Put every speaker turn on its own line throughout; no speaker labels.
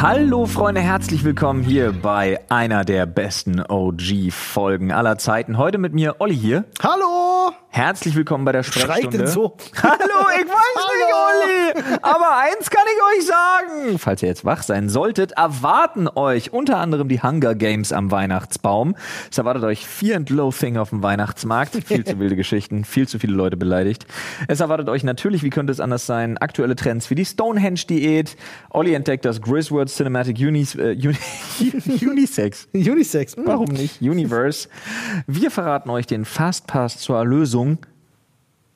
Hallo Freunde, herzlich willkommen hier bei einer der besten OG-Folgen aller Zeiten. Heute mit mir Olli hier.
Hallo!
Herzlich willkommen bei der
Schreit
Sprechstunde.
denn so?
Hallo, ich weiß nicht, Olli. Aber eins kann ich euch sagen. Falls ihr jetzt wach sein solltet, erwarten euch unter anderem die Hunger Games am Weihnachtsbaum. Es erwartet euch Fear and Loathing auf dem Weihnachtsmarkt. Viel zu wilde Geschichten, viel zu viele Leute beleidigt. Es erwartet euch natürlich, wie könnte es anders sein, aktuelle Trends wie die Stonehenge-Diät. Olli entdeckt das Griswold Cinematic Unis, äh, Uni- Unisex.
Unisex. Hm.
Warum nicht? Universe. Wir verraten euch den Fastpass zur Erlösung.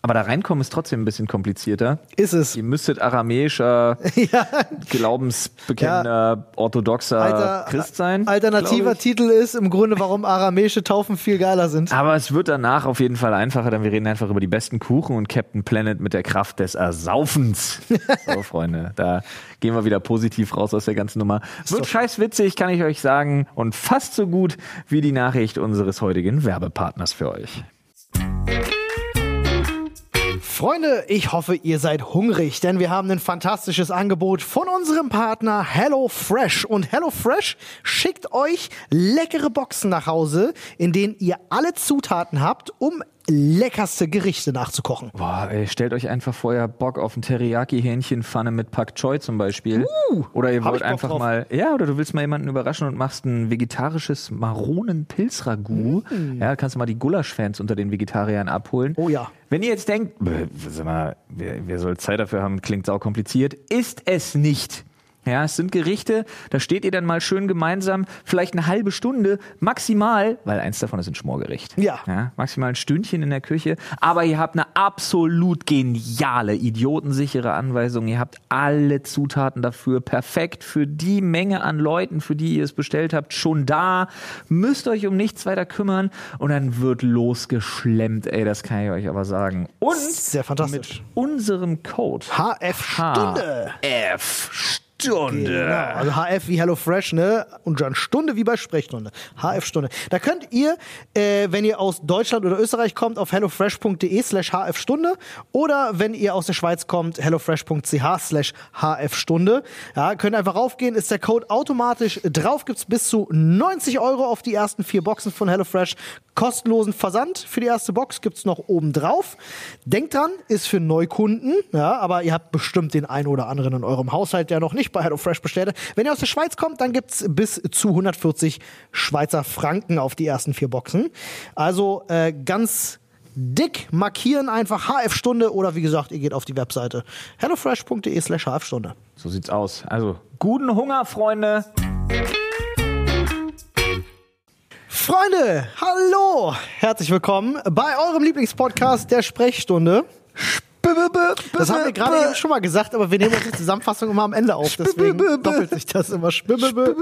Aber da reinkommen ist trotzdem ein bisschen komplizierter.
Ist es.
Ihr müsstet aramäischer,
Ja,
glaubensbekennender, orthodoxer
alter,
Christ sein. glaub
alternativer
ich. Ah.
Titel ist im Grunde, warum aramäische Taufen viel geiler sind.
Aber es wird danach auf jeden Fall einfacher, denn wir reden einfach über die besten Kuchen und Captain Planet mit der Kraft des Ersaufens. So, Freunde, da gehen wir wieder positiv raus aus der ganzen Nummer. Wird scheiß witzig, kann ich euch sagen, und fast so gut wie die Nachricht unseres heutigen Werbepartners für euch.
Freunde, ich hoffe, ihr seid hungrig, denn wir haben ein fantastisches Angebot von unserem Partner HelloFresh. Und HelloFresh schickt euch leckere Boxen nach Hause, in denen ihr alle Zutaten habt, um leckerste Gerichte nachzukochen.
Boah, ey, stellt euch einfach vorher Bock auf ein Teriyaki-Hähnchenpfanne mit Pak Choi zum Beispiel. oder ihr
Uh, hab
wollt
ich Bock
einfach
drauf.
mal, ja, oder du willst mal jemanden überraschen und machst ein vegetarisches Maronen-Pilz-Ragout. Ja, kannst du mal die Gulasch-Fans unter den Vegetariern abholen.
Mm. Oh ja.
Wenn ihr jetzt denkt, "Bäh, sag mal, wer, wer soll Zeit dafür haben, klingt saukompliziert, ist es nicht. Ja, es sind Gerichte, da steht ihr dann mal schön gemeinsam, vielleicht eine halbe Stunde maximal, weil eins davon ist ein Schmorgericht.
Ja.
ja maximal ein Stündchen in der Küche, aber ihr habt eine absolut geniale, idiotensichere Anweisung. Ihr habt alle Zutaten dafür, perfekt für die Menge an Leuten, für die ihr es bestellt habt, schon da. Müsst euch um nichts weiter kümmern und dann wird losgeschlemmt, ey, das kann ich euch aber sagen. Und
Sehr fantastisch.
unserem Code
HF Stunde.
HF Stunde.
Genau, also HF wie Hello Fresh, ne? Und dann Stunde wie bei Sprechstunde. HF Stunde. Da könnt ihr, äh, wenn ihr aus Deutschland oder Österreich kommt, auf hellofresh.de slash HF Stunde oder wenn ihr aus der Schweiz kommt, hellofresh.ch slash HF Stunde. Ja, könnt einfach raufgehen, ist der Code automatisch drauf, gibt's bis zu 90 Euro auf die ersten vier Boxen von HelloFresh. Kostenlosen Versand für die erste Box gibt's noch oben drauf. Denkt dran, ist für Neukunden, ja, aber ihr habt bestimmt den einen oder anderen in eurem Haushalt, der noch nicht bei HelloFresh bestellt hat. Wenn ihr aus der Schweiz kommt, dann gibt's bis zu 140 Schweizer Franken auf die ersten vier Boxen. Also äh, ganz dick markieren einfach HF-Stunde oder wie gesagt, ihr geht auf die Webseite hellofresh.de slash HF-Stunde.
So sieht's aus. Also, guten Hunger, Freunde.
Freunde, hallo! Herzlich willkommen bei eurem Lieblingspodcast der Sprechstunde. Das haben wir gerade eben schon mal gesagt, aber wir nehmen uns die Zusammenfassung immer am Ende auf. Deswegen doppelt sich das immer. Spibbebe.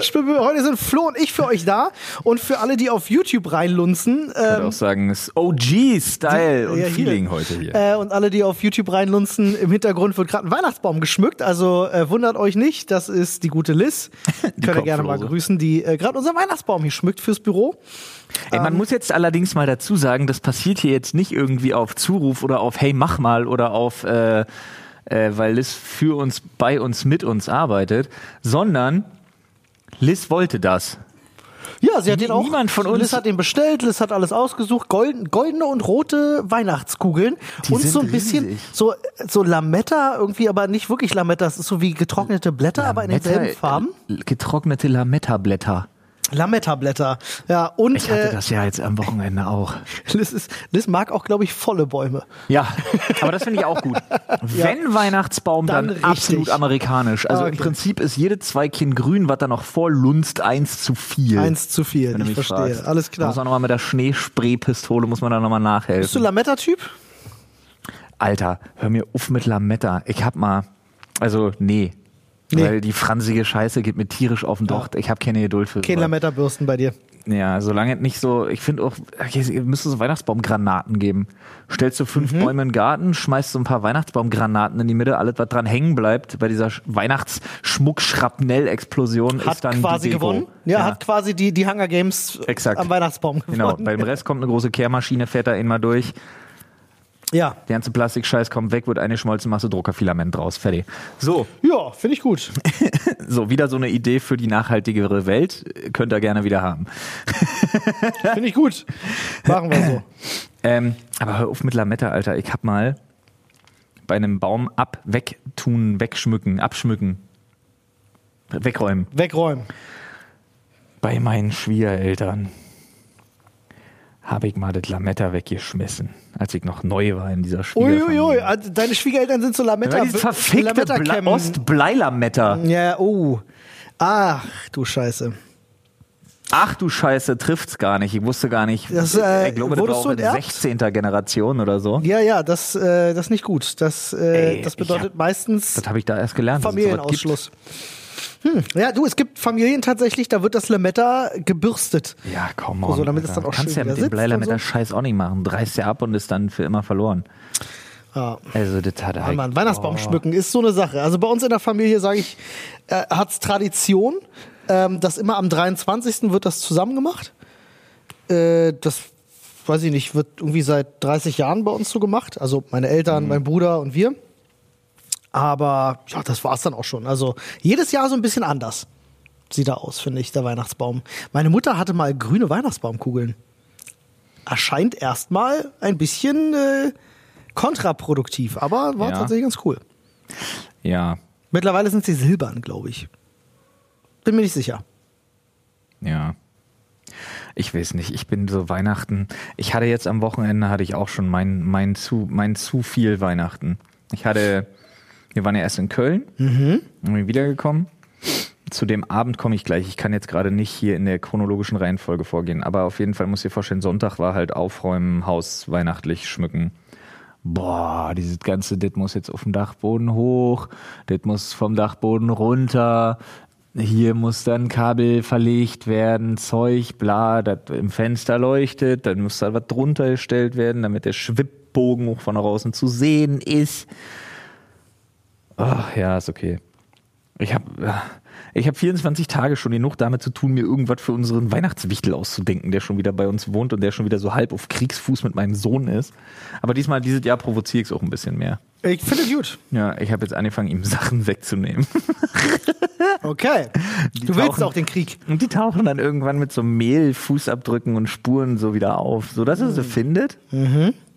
Spibbebe. Heute sind Flo und ich für euch da. Und für alle, die auf YouTube reinlunzen,
Ich
ähm,
würde auch sagen, es ist OG-Style und
Ja, hier.
Feeling heute hier.
Äh, und alle, die auf YouTube reinlunzen, im Hintergrund wird gerade ein Weihnachtsbaum geschmückt. Also äh, wundert euch nicht, das ist die gute Liz. Könnt ihr gerne mal
Kopflose.
grüßen, die äh, gerade unseren Weihnachtsbaum hier schmückt fürs Büro.
Ey,
ähm,
man muss jetzt allerdings mal dazu sagen, das passiert hier jetzt nicht irgendwie auf Zuruf oder auf Hey, mach mal oder auf, äh, äh, weil Liz für uns, bei uns, mit uns arbeitet, sondern Liz wollte das.
Ja, sie hat den auch.
Niemand von uns-
Liz hat den bestellt, Liz hat alles ausgesucht. Golden, goldene und rote Weihnachtskugeln. und
sind
so ein bisschen
riesig.
so, so Lametta irgendwie, aber nicht wirklich Lametta. Das ist so wie getrocknete Blätter, aber in denselben
Lametta-
Farben.
l- Getrocknete Lametta-Blätter.
Lametta-Blätter. Ja, und
Ich hatte
äh,
das ja jetzt am Wochenende auch.
Liz, ist, Liz mag auch, glaube ich, volle Bäume.
Ja, aber das finde ich auch gut. Wenn Weihnachtsbaum, dann,
Dann richtig.
absolut amerikanisch. Also im
Okay.
Prinzip ist jede Zweikinn grün, was da noch vorlunzt, eins zu viel.
Eins zu viel,
Wenn du
ich
mich
verstehe.
fragst.
Alles
Da muss man
klar.
nochmal mit der Schneespraypistole, muss man da nochmal
Bist du
nachhelfen.
Lametta-Typ?
Alter, hör mir auf mit Lametta. Ich hab mal, also nee.
Nee.
Weil die franzige Scheiße geht mir tierisch auf den Docht. Ich hab keine Geduld für
Kein
sowas.
Lametta-Bürsten bei dir.
Ja, solange es nicht so, ich finde auch, es müsste so Weihnachtsbaumgranaten geben. Stellst du fünf
Mhm.
Bäume in den Garten, schmeißt so ein paar Weihnachtsbaumgranaten in die Mitte, alles, was dran hängen bleibt bei dieser Sch- Weihnachtsschmuck-Schrapnell-Explosion,
Hat
ist dann
quasi
die Deko.
gewonnen. Ja, hat quasi die, die Hunger Games
Exakt.
am Weihnachtsbaum gewonnen.
Genau, beim Rest kommt eine große Kehrmaschine, fährt da immer durch.
Ja.
Der ganze Plastikscheiß kommt weg, wird eine Schmolzenmasse, Druckerfilament draus, fertig. So,
Ja, finde ich gut.
so wieder so eine Idee für die nachhaltigere Welt, äh, könnt ihr gerne wieder haben.
Finde ich gut. Machen wir so.
Ähm, aber hör auf mit Lametta, Alter. Ich hab mal bei einem Baum ab, wegtun, wegschmücken, abschmücken, wegräumen.
Wegräumen.
Bei meinen Schwiegereltern habe ich mal das Lametta weggeschmissen, als ich noch neu war in dieser Schwiegerfamilie.
Uiuiui, also deine Schwiegereltern sind so Lametta.
Ja, dieses verfickte Bla-
Lametta-Campen.
Ostbleilametta.
Ja, oh. Ach, du Scheiße.
Ach du Scheiße, trifft's gar nicht. Ich wusste gar nicht.
Das, äh,
ich glaube, das war
wurdest
auch
du
in
enterbt?
16. Generation oder so.
Ja, ja, das, äh, das ist nicht gut. Das, äh,
Ey,
das
ich
bedeutet
hab-
meistens
Das habe ich da erst gelernt. dass es sowas gibt.
Familienausschluss. Hm. Ja, du, es gibt Familien tatsächlich, da wird das Lametta gebürstet.
Ja, komm on.
So, damit es
Alter.
dann auch
Kannst
schön
ja mit
wieder
dem
sitzt
Bleiler
und
mit
so.
der Scheiß auch nicht machen. Reißt ja ab und ist dann für immer verloren.
Ja.
Also, das hat er.
Mann, Mann, Weihnachtsbaum schmücken ist so eine Sache. Also bei uns in der Familie, sage ich, äh, hat's Tradition, ähm, dass immer am 23. wird das zusammen gemacht. Äh, das weiß ich nicht, wird irgendwie seit 30 Jahren bei uns so gemacht. Also meine Eltern, mein Bruder und wir. Aber ja, das war's dann auch schon. Also jedes Jahr so ein bisschen anders sieht er aus, finde ich, der Weihnachtsbaum. Meine Mutter hatte mal grüne Weihnachtsbaumkugeln. Erscheint erstmal ein bisschen äh, kontraproduktiv, aber war
Ja.
tatsächlich ganz cool.
Ja,
Mittlerweile sind sie silbern, glaube ich. Bin mir nicht sicher.
ja. Ich weiß nicht, ich bin so Weihnachten. Ich hatte jetzt am Wochenende hatte ich auch schon mein, mein, zu, mein zu viel Weihnachten. Ich hatte, wir waren ja erst in Köln, mhm. bin wiedergekommen. Zu dem Abend komme ich gleich. Ich kann jetzt gerade nicht hier in der chronologischen Reihenfolge vorgehen, aber auf jeden Fall muss ich dir vorstellen, Sonntag war halt aufräumen, Haus weihnachtlich schmücken. boah, dieses ganze, das muss jetzt auf dem Dachboden hoch, das muss vom Dachboden runter, hier muss dann Kabel verlegt werden, Zeug, bla, das im Fenster leuchtet, dann muss da was drunter gestellt werden, damit der Schwibbogen auch von draußen zu sehen ist. Ach ja, ist okay. Ich habe ich hab 24 Tage schon genug damit zu tun, mir irgendwas für unseren Weihnachtswichtel auszudenken, der schon wieder bei uns wohnt und der schon wieder so halb auf Kriegsfuß mit meinem Sohn ist. Aber diesmal, dieses Jahr provoziere ich es auch ein bisschen mehr.
Ich finde es gut.
Ja, ich habe jetzt angefangen, ihm Sachen wegzunehmen.
Okay. Du willst
tauchen-
auch den Krieg.
Und die tauchen dann irgendwann mit so Mehl, Fußabdrücken und Spuren so wieder auf, sodass er sie findet.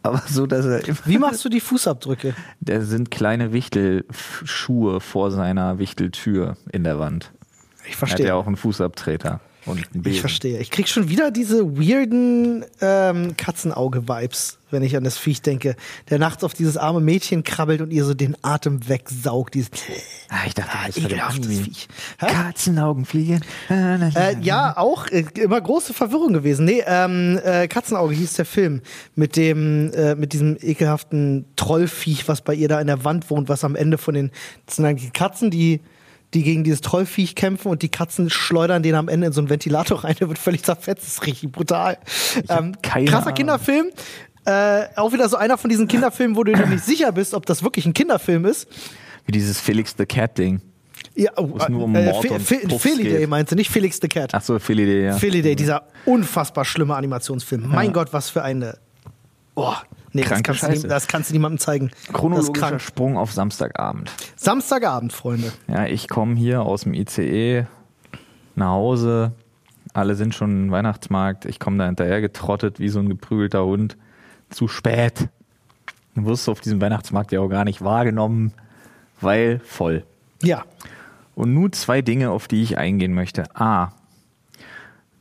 Aber so, dass er immer
Wie machst du die Fußabdrücke?
Da sind kleine Wichtelschuhe vor seiner Wichteltür in der Wand. Er hat
Ich
ja
verstehe.
auch einen Fußabtreter und einen
Ich
Besen.
verstehe. Ich krieg schon wieder diese weirden ähm, Katzenauge-Vibes, wenn ich an das Viech denke, der nachts auf dieses arme Mädchen krabbelt und ihr so den Atem wegsaugt. Dieses
Ah, ich dachte, das wäre
ekelhaftes
irgendwie-
Viech. Hä?
Katzenaugen fliegen.
Äh,
ne?
ja, auch äh, immer große Verwirrung gewesen. Nee, ähm, äh, Katzenauge hieß der Film mit dem äh, mit diesem ekelhaften Trollviech, was bei ihr da in der Wand wohnt, was am Ende von den das sind eigentlich Katzen, die die gegen dieses Trollviech kämpfen und die Katzen schleudern den am Ende in so einen Ventilator rein, der wird völlig zerfetzt, das ist richtig brutal. Ähm,
keine
krasser
Ahnung.
Kinderfilm. Äh, auch wieder so einer von diesen Kinderfilmen, wo du dir nicht sicher bist, ob das wirklich ein Kinderfilm ist.
Wie dieses Felix the Cat Ding.
Ja, oh,
es nur um Mord
Fe-
und
Fe-
Puffs
Feliday
geht.
meinst du, nicht Felix the Cat.
Ach so, Felidee, ja.
Philly Day, dieser unfassbar schlimme Animationsfilm. Mein Gott, was für eine. Oh, nee, das
Kranke
kannst, du,
Scheiße.
nie- das kannst du niemandem zeigen. Das ist
Chronologischer
krank.
Sprung auf Samstagabend.
Samstagabend, Freunde.
Ja, ich komme hier aus dem ICE nach Hause. Alle sind schon im Weihnachtsmarkt. Ich komme da hinterher getrottet wie so ein geprügelter Hund. Zu spät. Du wirst auf diesem Weihnachtsmarkt ja auch gar nicht wahrgenommen, weil voll.
Ja.
Und nur zwei Dinge, auf die ich eingehen möchte. A.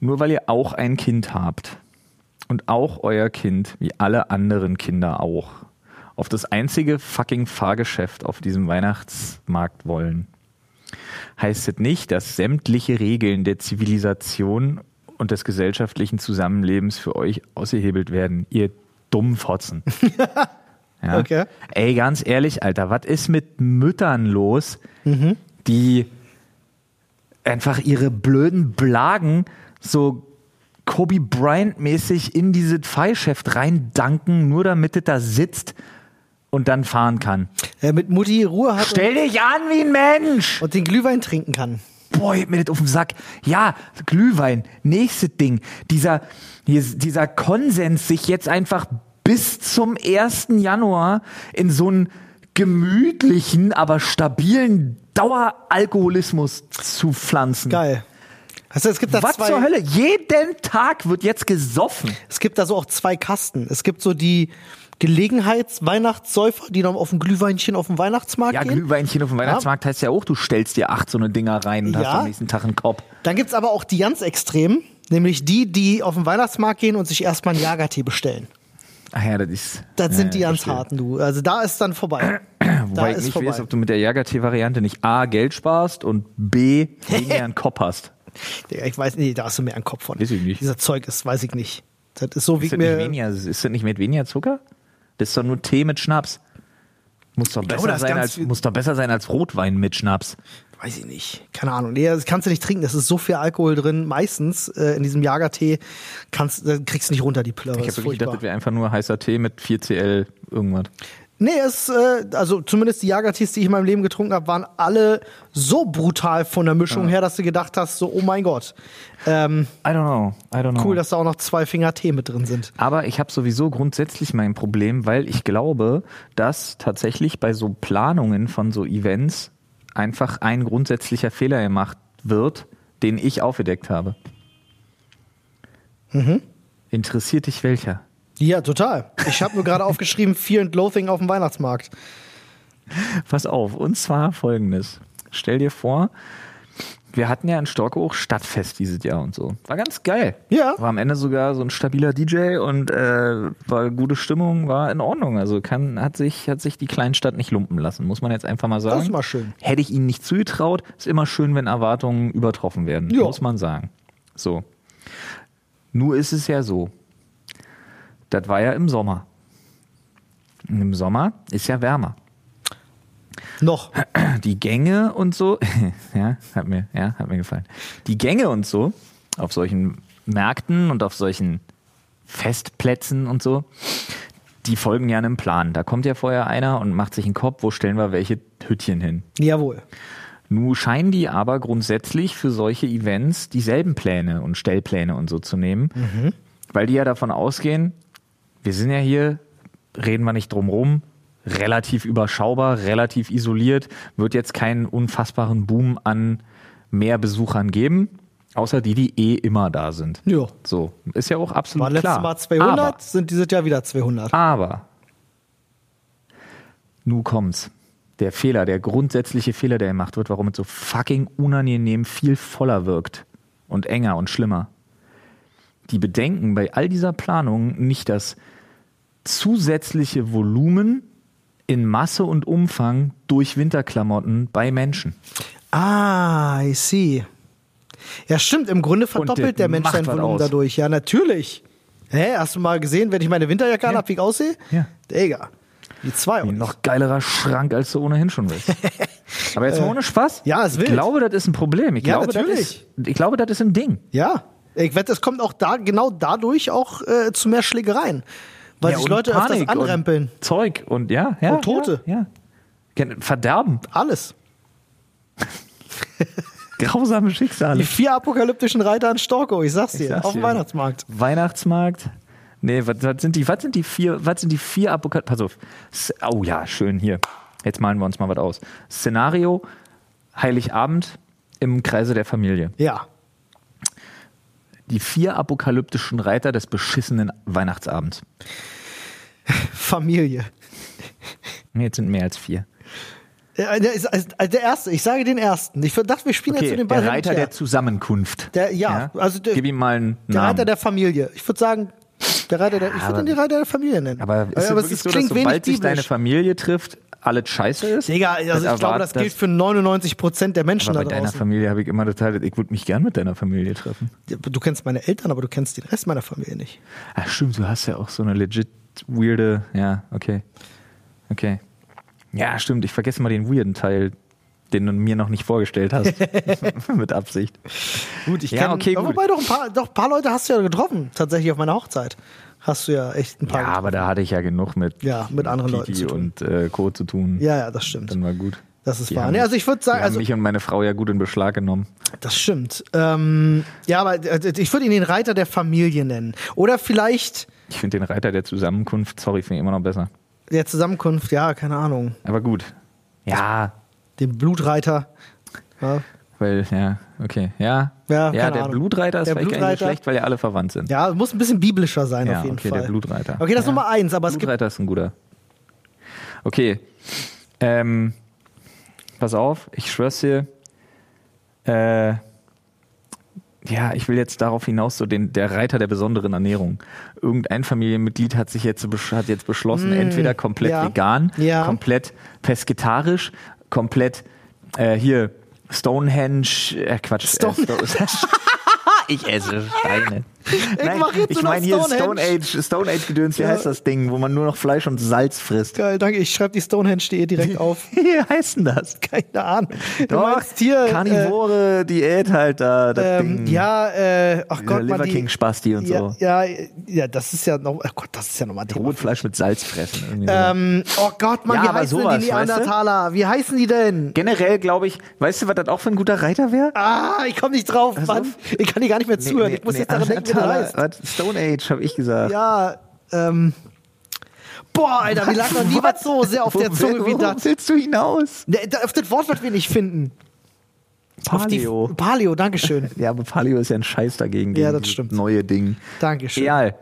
Nur weil ihr auch ein Kind habt und auch euer Kind, wie alle anderen Kinder auch, auf das einzige fucking Fahrgeschäft auf diesem Weihnachtsmarkt wollen, heißt es nicht, dass sämtliche Regeln der Zivilisation und des gesellschaftlichen Zusammenlebens für euch ausgehebelt werden. Ihr dummen Fotzen. Ja.
Okay.
Ey, ganz ehrlich, Alter, was ist mit Müttern los, die einfach ihre blöden Blagen so Kobe Bryant-mäßig in dieses Pfeilschäft reindanken, nur damit es da sitzt und dann fahren kann.
Äh, mit Mutti Ruhe hat und,
Stell dich an wie ein Mensch!
und den Glühwein trinken kann.
Boah, ich hab mir das auf den Sack. Ja, Glühwein, nächstes Ding. Dieser, hier- dieser Konsens, sich jetzt einfach bis zum 1. Januar in so einen gemütlichen, aber stabilen Daueralkoholismus zu pflanzen.
Geil. Also es gibt da
Was
zwei,
zur Hölle? Jeden Tag wird jetzt gesoffen.
es gibt da so auch zwei Kasten. Es gibt so die Gelegenheits-Weihnachtssäufer, die dann auf ein Glühweinchen auf dem Weihnachtsmarkt
Ja,
gehen.
Glühweinchen auf dem Weihnachtsmarkt heißt ja auch, du stellst dir acht so eine Dinger rein und hast
Ja.
am nächsten Tag einen Kopf.
Dann gibt's aber auch die ganz Extremen, nämlich die, die auf den Weihnachtsmarkt gehen und sich erstmal einen Jagertee bestellen.
Ach ja, das ist.
Das
ja,
sind die
ja,
ganz
verstehe.
harten, du. Also da ist dann vorbei. da
Wobei ich
ist
nicht
vorbei.
weiß, ob du mit der Jagertee-Variante nicht A, Geld sparst und B, weniger einen Kopf hast.
Digga, ich weiß nicht, da hast du mir einen Kopf von.
Weiß ich nicht.
Dieser Zeug ist, weiß ich nicht. Das ist so wie
Ist das, nicht
mir.
weniger, ist das nicht mit weniger Zucker? Das ist doch nur Tee mit Schnaps. Muss doch,
glaube,
besser
da ist
sein,
ganz
als,
viel-
muss doch besser sein als Rotwein mit Schnaps.
Weiß ich nicht. Keine Ahnung. Nee, das kannst du nicht trinken. Das ist so viel Alkohol drin. Meistens äh, in diesem Jagertee kannst, äh, kriegst du nicht runter die Plörre.
Ich
Ist
habe wirklich gedacht,
furchtbar.
das wäre einfach nur heißer Tee mit 4CL irgendwas.
Nee, es, äh, also zumindest die Jagertees, die ich in meinem Leben getrunken habe, waren alle so brutal von der Mischung her, dass du gedacht hast, so, oh mein Gott. Ähm,
I don't know. I don't know.
cool, dass da auch noch zwei Finger Tee mit drin sind.
Aber ich habe sowieso grundsätzlich mein Problem, weil ich glaube, dass tatsächlich bei so Planungen von so Events einfach ein grundsätzlicher Fehler gemacht wird, den ich aufgedeckt habe. Interessiert dich welcher?
Ja, total. Ich habe nur gerade aufgeschrieben, Fear and Loathing auf dem Weihnachtsmarkt.
Pass auf, und zwar folgendes. Stell dir vor, wir hatten ja in Storkow auch Stadtfest dieses Jahr und so. War ganz geil.
Ja.
War am Ende sogar so ein stabiler DJ und äh, war gute Stimmung, war in Ordnung. Also kann, hat, sich, hat sich die Kleinstadt nicht lumpen lassen, muss man jetzt einfach mal sagen.
Das ist mal schön.
Hätte ich ihnen nicht zugetraut, ist immer schön, wenn Erwartungen übertroffen werden,
Ja.
muss man sagen. So. Nur ist es ja so. Das war ja im Sommer. Und Im Sommer ist ja wärmer
Noch.
die Gänge und so, ja, hat mir, ja, hat mir gefallen. Die Gänge und so auf solchen Märkten und auf solchen Festplätzen und so, die folgen ja einem Plan. Da kommt ja vorher einer und macht sich einen Kopf, wo stellen wir welche Hütchen hin.
Jawohl.
Nun scheinen die aber grundsätzlich für solche Events dieselben Pläne und Stellpläne und so zu nehmen,
Mhm.
weil die ja davon ausgehen, wir sind ja hier, reden wir nicht drum rum, relativ überschaubar, relativ isoliert, wird jetzt keinen unfassbaren Boom an mehr Besuchern geben, außer die, die eh immer da sind.
Ja.
So, ist ja auch absolut
War letztes
klar.
Mal 200,
Aber-
sind dieses Jahr wieder 200.
aber nu kommt's. Der Fehler, der grundsätzliche Fehler, der gemacht wird, warum es so fucking unangenehm viel voller wirkt und enger und schlimmer. Die bedenken bei all dieser Planung nicht das zusätzliche Volumen in Masse und Umfang durch Winterklamotten bei Menschen.
Ah, I see. Ja, stimmt. Im Grunde verdoppelt
das
der Mensch
macht
sein
was
Volumen
aus.
dadurch. Ja, natürlich. Hä, hast du mal gesehen, wenn ich meine Winterjacke
Ja.
anhab, wie ich aussehe?
Ja.
Digga. Die zwei.
Ein
Und
noch geilerer Schrank, als du ohnehin schon bist. Aber jetzt mal ohne Spaß.
ja, ist
ich
wild.
glaube, das ist ein Problem. Ich,
Ja,
glaube, das
natürlich.
ist, ich glaube, das ist ein Ding.
Ja. Ich wette, es kommt auch da, genau dadurch auch äh, zu mehr Schlägereien. Weil
Ja,
sich
und
Leute öfters
Panik und
anrempeln.
Zeug und ja, ja.
Und Tote.
Ja. ja. Verderben.
Alles.
Grausame Schicksale.
Die vier apokalyptischen Reiter an Storkow, ich sag's dir,
sag's
auf dem
dir.
Weihnachtsmarkt.
Weihnachtsmarkt. Nee, was, was sind die, was sind die vier, was sind die vier Apokalypse? Pass auf. S oh ja, schön hier. Jetzt malen wir uns mal was aus. Szenario: Heiligabend im Kreise der Familie.
Ja.
Die vier apokalyptischen Reiter des beschissenen Weihnachtsabends.
Familie.
Nee, Jetzt sind mehr als vier.
Äh, Der, ist, ist- also der erste, ich sage den ersten. Ich dachte, wir spielen jetzt
Okay,
zu den
der
beiden.
Reiter
hin
der
und her.
Zusammenkunft.
Der- ja, also der-
Gib ihm mal einen
der
Namen.
Reiter der Familie. Ich würde sagen, der Reiter der, ich
Aber-
würde den die Reiter der Familie nennen.
Aber ist es wirklich
ist-
so, dass sobald sich deine Familie trifft, alles scheiße ist?
Digga, also ich glaube, das gilt für 99 Prozent der Menschen
aber
da
bei deiner
draußen.
Familie habe ich immer geteilt, ich würde mich gern mit deiner Familie treffen.
Du kennst meine Eltern, aber du kennst den Rest meiner Familie nicht.
Ach stimmt, du hast ja auch so eine legit weirde, ja, okay. Okay. Ja, stimmt, ich vergesse mal den weirden Teil, den du mir noch nicht vorgestellt hast. mit Absicht.
Gut, ich
Ja,
kenn-
okay,
aber
gut.
Wobei, doch ein, paar, doch ein paar Leute hast du ja getroffen, tatsächlich auf meiner Hochzeit. Hast du ja echt ein paar.
Ja, aber da hatte ich ja genug mit,
Ja, mit anderen Leuten
Kiki
zu tun.
und äh, Co. zu tun.
ja, ja, das stimmt.
Dann war gut.
Das ist
Die
wahr.
haben-
nee, also ich würde
Die
sagen,
haben
also
mich und meine Frau ja gut in Beschlag genommen.
Das stimmt. Ähm, ja, aber äh, ich würde ihn den Reiter der Familie nennen. Oder vielleicht
Ich finde den Reiter der Zusammenkunft, sorry, finde ich immer noch besser.
der Zusammenkunft, ja, keine Ahnung.
Aber gut. Ja,
Den Blutreiter. Ja,
Also, weil, ja, okay. Ja,
Ja, keine
der
Ahnung.
Blutreiter ist vielleicht
Der
gar nicht so
Blutreiter.
schlecht, weil ja alle verwandt sind.
ja muss ein bisschen biblischer sein
Ja,
auf jeden
okay,
Fall.
der Blutreiter.
Okay, das ist
Ja.
Nummer eins, aber es gibt.
Blutreiter ist ein guter. Okay. Ähm, pass auf, ich schwör's dir. Äh, ja, ich will jetzt darauf hinaus, so den, der Reiter der besonderen Ernährung. Irgendein Familienmitglied hat sich jetzt, besch- hat jetzt beschlossen, entweder komplett
Hm, ja.
vegan,
Ja.
komplett pesketarisch, komplett äh, hier Stonehenge, äh, Quatsch, Äh, Sto- ich esse Steine. Nein,
mach jetzt
ich
nur noch
meine hier Stone
Stonehenge.
Age, Stone Age Gedöns, wie
Ja.
heißt das Ding, wo man nur noch Fleisch und Salz frisst?
Geil, danke, ich schreibe die Stonehenge.de direkt auf.
Wie heißt denn das?
Keine Ahnung. Du
Doch,
meinst hier.
Karnivore, Diät halt da,
äh,
das
ähm,
Ding.
ja, äh, ach
Dieser
Gott, man,
Liver
die,
King Spasti und
ja,
so.
ja, ja, das ist ja noch, oh Gott, das ist ja nochmal ein Thema.
Rotfleisch mit Salz fressen. irgendwie so.
Ähm, oh Gott, Mann,
Ja,
wie
aber
heißen
sowas,
die
weißt du?
Neandertaler? Wie heißen die denn?
Generell glaube ich, weißt du, was das auch für ein guter Reiter wäre?
Ah, ich komme nicht drauf,
Pass
Mann. Ich kann dir gar nicht mehr zuhören. ich muss jetzt daran denken, wie der heißt.
was? Stone Age, habe ich gesagt.
Ja, ähm. Boah, Alter, mir lag noch nie was so sehr auf
Wo
der Zunge
will-
wie
wo
das.
willst du hinaus?
Ne, da- Auf das Wort, was wir nicht finden. Auf die-
Paleo.
Paleo, Dankeschön.
Ja, aber Paleo ist ja ein Scheiß dagegen.
Ja,
gegen
das
dieses
stimmt.
Neue Ding.
Dankeschön.
Egal.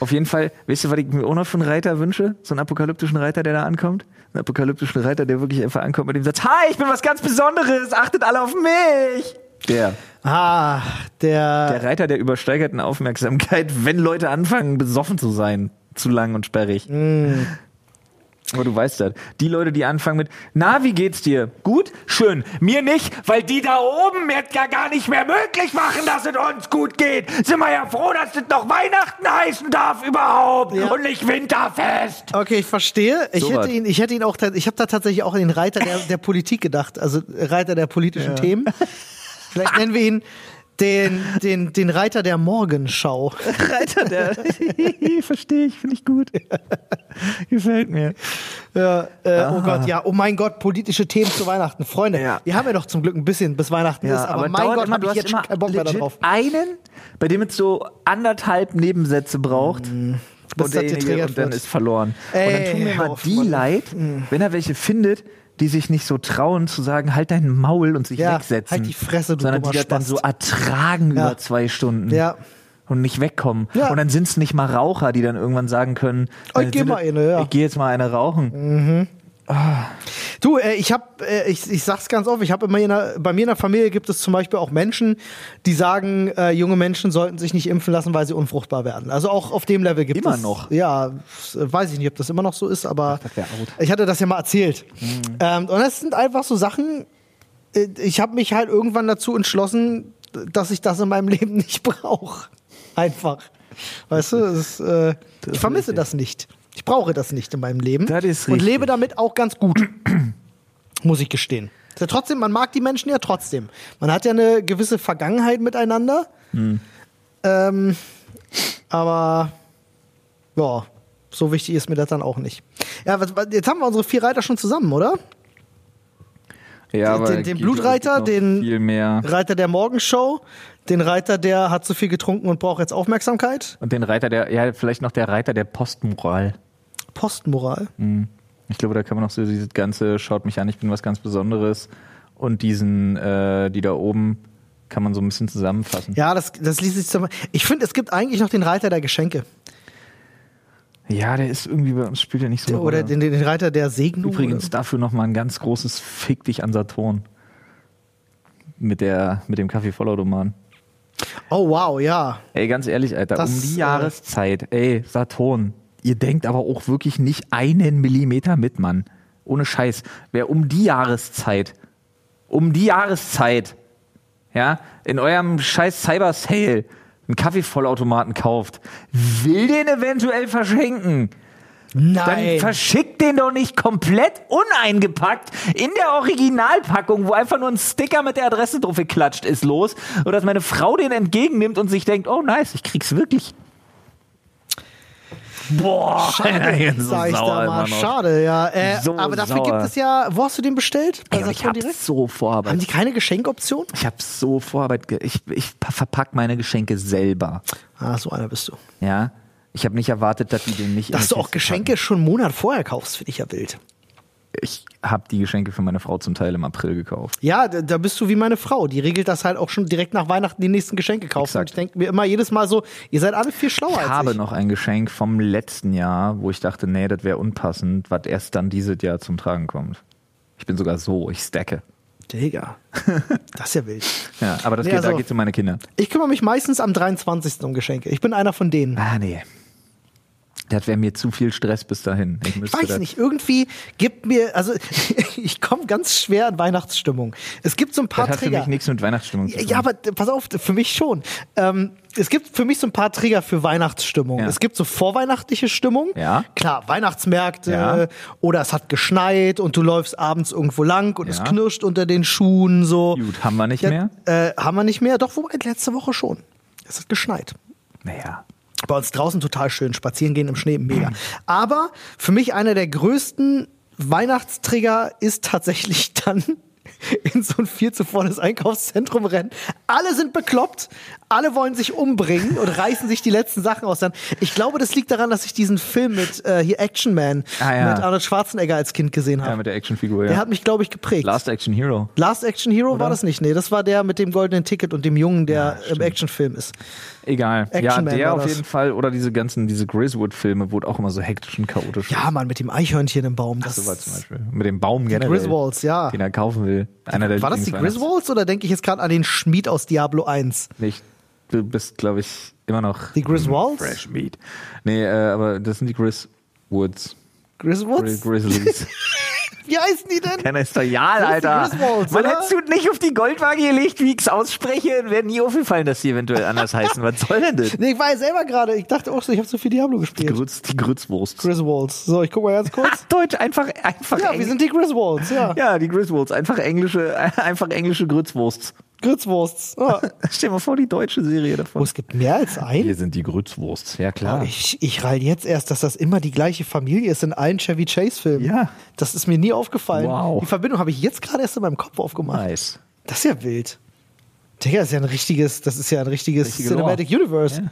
Auf jeden Fall, weißt du, was ich mir auch noch für einen Reiter wünsche? So einen apokalyptischen Reiter, der da ankommt? Einen apokalyptischen Reiter, der wirklich einfach ankommt mit dem Satz, Hi, ich bin was ganz Besonderes, achtet alle auf mich! Der.
Ah, der.
Der Reiter der übersteigerten Aufmerksamkeit, wenn Leute anfangen, besoffen zu sein. Zu lang und sperrig. Mm. Aber du weißt das. Die Leute, die anfangen mit, na, wie geht's dir? Gut? Schön. Mir nicht, weil die da oben jetzt ja gar nicht mehr möglich machen, dass es uns gut geht. Sind wir ja froh, dass es noch Weihnachten heißen darf überhaupt
Ja.
und nicht Winterfest.
Okay, ich verstehe. Ich
So was.
hätte ihn, ich hätte ihn auch, tats- ich habe da tatsächlich auch an den Reiter der, der Politik gedacht, also Reiter der politischen Themen. Vielleicht nennen wir ihn den, den, den Reiter der Morgenschau.
Reiter der. Verstehe ich, finde ich gut. Gefällt mir.
Ja, äh, oh Gott, ja, oh mein Gott, politische Themen zu Weihnachten. Freunde,
Ja.
wir haben ja doch zum Glück ein bisschen, bis Weihnachten ist, aber, mein
dauert
Gott,
immer, du
habe ich
hast
jetzt schon
immer
keinen Bock mehr
legit
darauf.
Einen, bei dem es so anderthalb Nebensätze braucht.
bis
und,
Mm. das
derjenige,
getriggert
und dann
wird.
ist verloren. und dann
Ey,
tun mir
hör
mal
auf,
die
Mann. Mm.
leid, wenn er welche findet, die sich nicht so trauen zu sagen, halt dein Maul und sich
Ja,
wegsetzen.
halt die Fresse, du
Sondern
dummer
die das dann
Spast.
so ertragen
Ja.
über zwei Stunden.
Ja.
Und nicht wegkommen.
Ja.
Und dann sind es nicht mal Raucher, die dann irgendwann sagen können, äh,
Oh, ich geh mal eine, ja. Mm.
ich geh jetzt mal eine rauchen.
Du, äh, ich habe, äh, ich, ich sag's ganz offen, ich habe immer in der, bei mir in der Familie gibt es zum Beispiel auch Menschen, die sagen, äh, junge Menschen sollten sich nicht impfen lassen, weil sie unfruchtbar werden. Also auch auf dem Level gibt
Immer
es
noch?
Ja, f- weiß ich nicht, ob das immer noch so ist, aber
das wär Mhm. out.
ich hatte das ja mal erzählt. Ähm, und das sind einfach so Sachen. äh, Ich habe mich halt irgendwann dazu entschlossen, dass ich das in meinem Leben nicht brauche. Einfach. Weißt du, es ist, äh, ich vermisse
richtig.
das nicht. Ich brauche das nicht in meinem Leben
Das ist
und
richtig.
lebe damit auch ganz gut muss ich gestehen. Ist Ja, trotzdem, man mag die Menschen ja trotzdem. Man hat ja eine gewisse Vergangenheit miteinander.
Hm.
Ähm, aber ja, so wichtig ist mir das dann auch nicht. Ja, was, was, jetzt haben wir unsere vier Reiter schon zusammen, oder?
Ja,
Den-
aber
den- den
gibt
Blutreiter,
noch
den-
Viel mehr.
Reiter der Morgenshow, den Reiter, der hat zu viel getrunken und braucht jetzt Aufmerksamkeit.
Und den Reiter der, ja, vielleicht noch der Reiter der Postmoral.
Postmoral.
Hm. Ich glaube, da kann man noch so dieses ganze, schaut mich an, ich bin was ganz Besonderes. Und diesen, äh, die da oben, kann man so ein bisschen zusammenfassen.
Ja, das, das ließ sich zum. Ich finde, es gibt eigentlich noch den Reiter der Geschenke.
Ja, der ist irgendwie bei uns, spielt ja nicht so eine
Oder
Rolle.
den, den Reiter der Segnung.
Übrigens dafür nochmal ein ganz großes Fick dich an Saturn. Mit, der, mit dem Kaffee-Vollautomaten.
Oh, wow, ja.
Ey, ganz ehrlich, Alter,
Das,
um die
äh,
Jahreszeit, ey, Saturn, ihr denkt aber auch wirklich nicht einen Millimeter mit, Mann. Ohne Scheiß. Wer um die Jahreszeit, um die Jahreszeit, ja, in eurem scheiß Cyber-Sale einen Kaffeevollautomaten kauft, will den eventuell verschenken. Dann
Nein.
verschickt den doch nicht komplett uneingepackt in der Originalpackung, wo einfach nur ein Sticker mit der Adresse drauf geklatscht ist, los. Oder dass meine Frau den entgegennimmt und sich denkt, oh nice, ich krieg's wirklich. Boah,
Schade,
so
sag ich
sauer
da
immer
mal.
noch.
Schade, ja. Äh,
So
aber dafür
sauer.
gibt es ja, wo hast du den bestellt? Bei
Ey, und ich
Saturn
hab so
Haben
Vorarbeit.
die keine Geschenkoption?
Ich hab so Vorarbeit. Ge ich ich verpack meine Geschenke selber.
Ah, so einer bist du.
Ja. Ich habe nicht erwartet, dass die den nicht. in
Dass
der
du auch
Kiste
Geschenke schon einen Monat vorher kaufst, finde ich ja wild.
packen. Ich habe die Geschenke für meine Frau zum Teil im April gekauft.
Ja, da, da bist du wie meine Frau. Die regelt das halt auch schon direkt nach Weihnachten die nächsten Geschenke kaufen.
Exakt.
Und ich denke mir immer jedes Mal so, ihr seid alle viel schlauer
Ich
als
habe
ich.
noch ein Geschenk vom letzten Jahr, wo ich dachte, nee, das wäre unpassend, was erst dann dieses Jahr zum Tragen kommt. Ich bin sogar so, ich stacke.
Digga. Das ist ja wild.
Ja, aber das
Nee,
geht, da
also-
geht es um meine Kinder.
Ich kümmere mich meistens am 23. um Geschenke. Ich bin einer von denen.
Ah, nee. Das wäre mir zu viel Stress bis dahin. Ich,
Ich
müsste
weiß
das-
nicht, irgendwie gibt mir, also ich komme ganz schwer in Weihnachtsstimmung. Es gibt so ein paar
Das hat für
Trigger.
mich nichts mit Weihnachtsstimmung zu tun.
Ja, aber äh, pass auf, für mich schon. Ähm, es gibt für mich so ein paar Trigger für Weihnachtsstimmung.
Ja.
Es gibt so vorweihnachtliche Stimmung.
Ja.
Klar, Weihnachtsmärkte
Ja.
oder es hat geschneit und du läufst abends irgendwo lang und
Ja.
es knirscht unter den Schuhen so.
Gut, haben wir nicht mehr?
Äh, haben wir nicht mehr? Doch, wobei letzte Woche schon. Es hat geschneit.
Naja.
Bei uns draußen total schön, spazieren gehen im Schnee, mega. Aber für mich einer der größten Weihnachtstrigger ist tatsächlich dann in so ein viel zu volles Einkaufszentrum rennen. Alle sind bekloppt, alle wollen sich umbringen und reißen sich die letzten Sachen aus. Ich glaube, das liegt daran, dass ich diesen Film mit äh, hier Action Man
Ah, ja.
mit Arnold Schwarzenegger als Kind gesehen habe.
Ja, mit der Actionfigur,
Der
ja.
hat mich, glaube ich, geprägt.
Last Action Hero.
Last Action Hero war das nicht, nee, das war der mit dem goldenen Ticket und dem Jungen, der im
stimmt.
Actionfilm ist.
Egal. ja,
Action Man
der
war
auf
das.
jeden Fall. Oder diese ganzen, diese Griswold-Filme, wo es auch immer so hektisch und chaotisch
Ja, Mann, mit dem Eichhörnchen im Baum. Das
ist. So war zum Beispiel. Mit dem Baum generell.
Griswolds, ja.
Den er kaufen will. Einer der
War das die
Lieblingsweihnachts-
Griswolds oder denke ich jetzt gerade an den Schmied aus Diablo 1?
Nicht. Du bist, glaube ich, immer noch.
Die Griswolds?
Fresh Meat. Nee, äh, aber das sind die Griswoods. Gri
Griswolds?
Grizzlies.
Wie heißen die denn?
Keiner ist royal,
Das ist die
Alter.
Griswolds,
Man
oder?
hättest du nicht auf die Goldwaage gelegt, wie ich es ausspreche, und wäre nie aufgefallen, dass sie eventuell anders heißen. Was soll denn das?
Nee, ich war ja selber gerade. Ich dachte auch so, ich habe so viel Diablo
Die,
gespielt.
Grütz, die Grützwurst.
Griswolds. So, ich guck mal ganz
Ach,
kurz.
Deutsch, einfach, einfach.
ja,
Engl-
wir sind die Griswolds, ja.
ja, die Griswolds, einfach englische, einfach englische Grützwursts.
Griswolds. Ja.
Stell dir mal vor, die deutsche Serie
Ah. Oh,
davon.
es gibt mehr als einen?
sind die Grützwursts, ja
Oh,
klar.
Ich, ich rall jetzt erst, dass das immer die gleiche Familie ist in allen Chevy Chase-Filmen.
Ja.
Das ist mir nie aufgefallen.
Wow.
Die Verbindung habe ich jetzt gerade erst in meinem Kopf aufgemacht.
Nice.
Das ist ja wild. Digga, das ist ja ein richtiges, das ist ja ein richtiges
Richtige
Cinematic
Lore.
Universe.
Ja.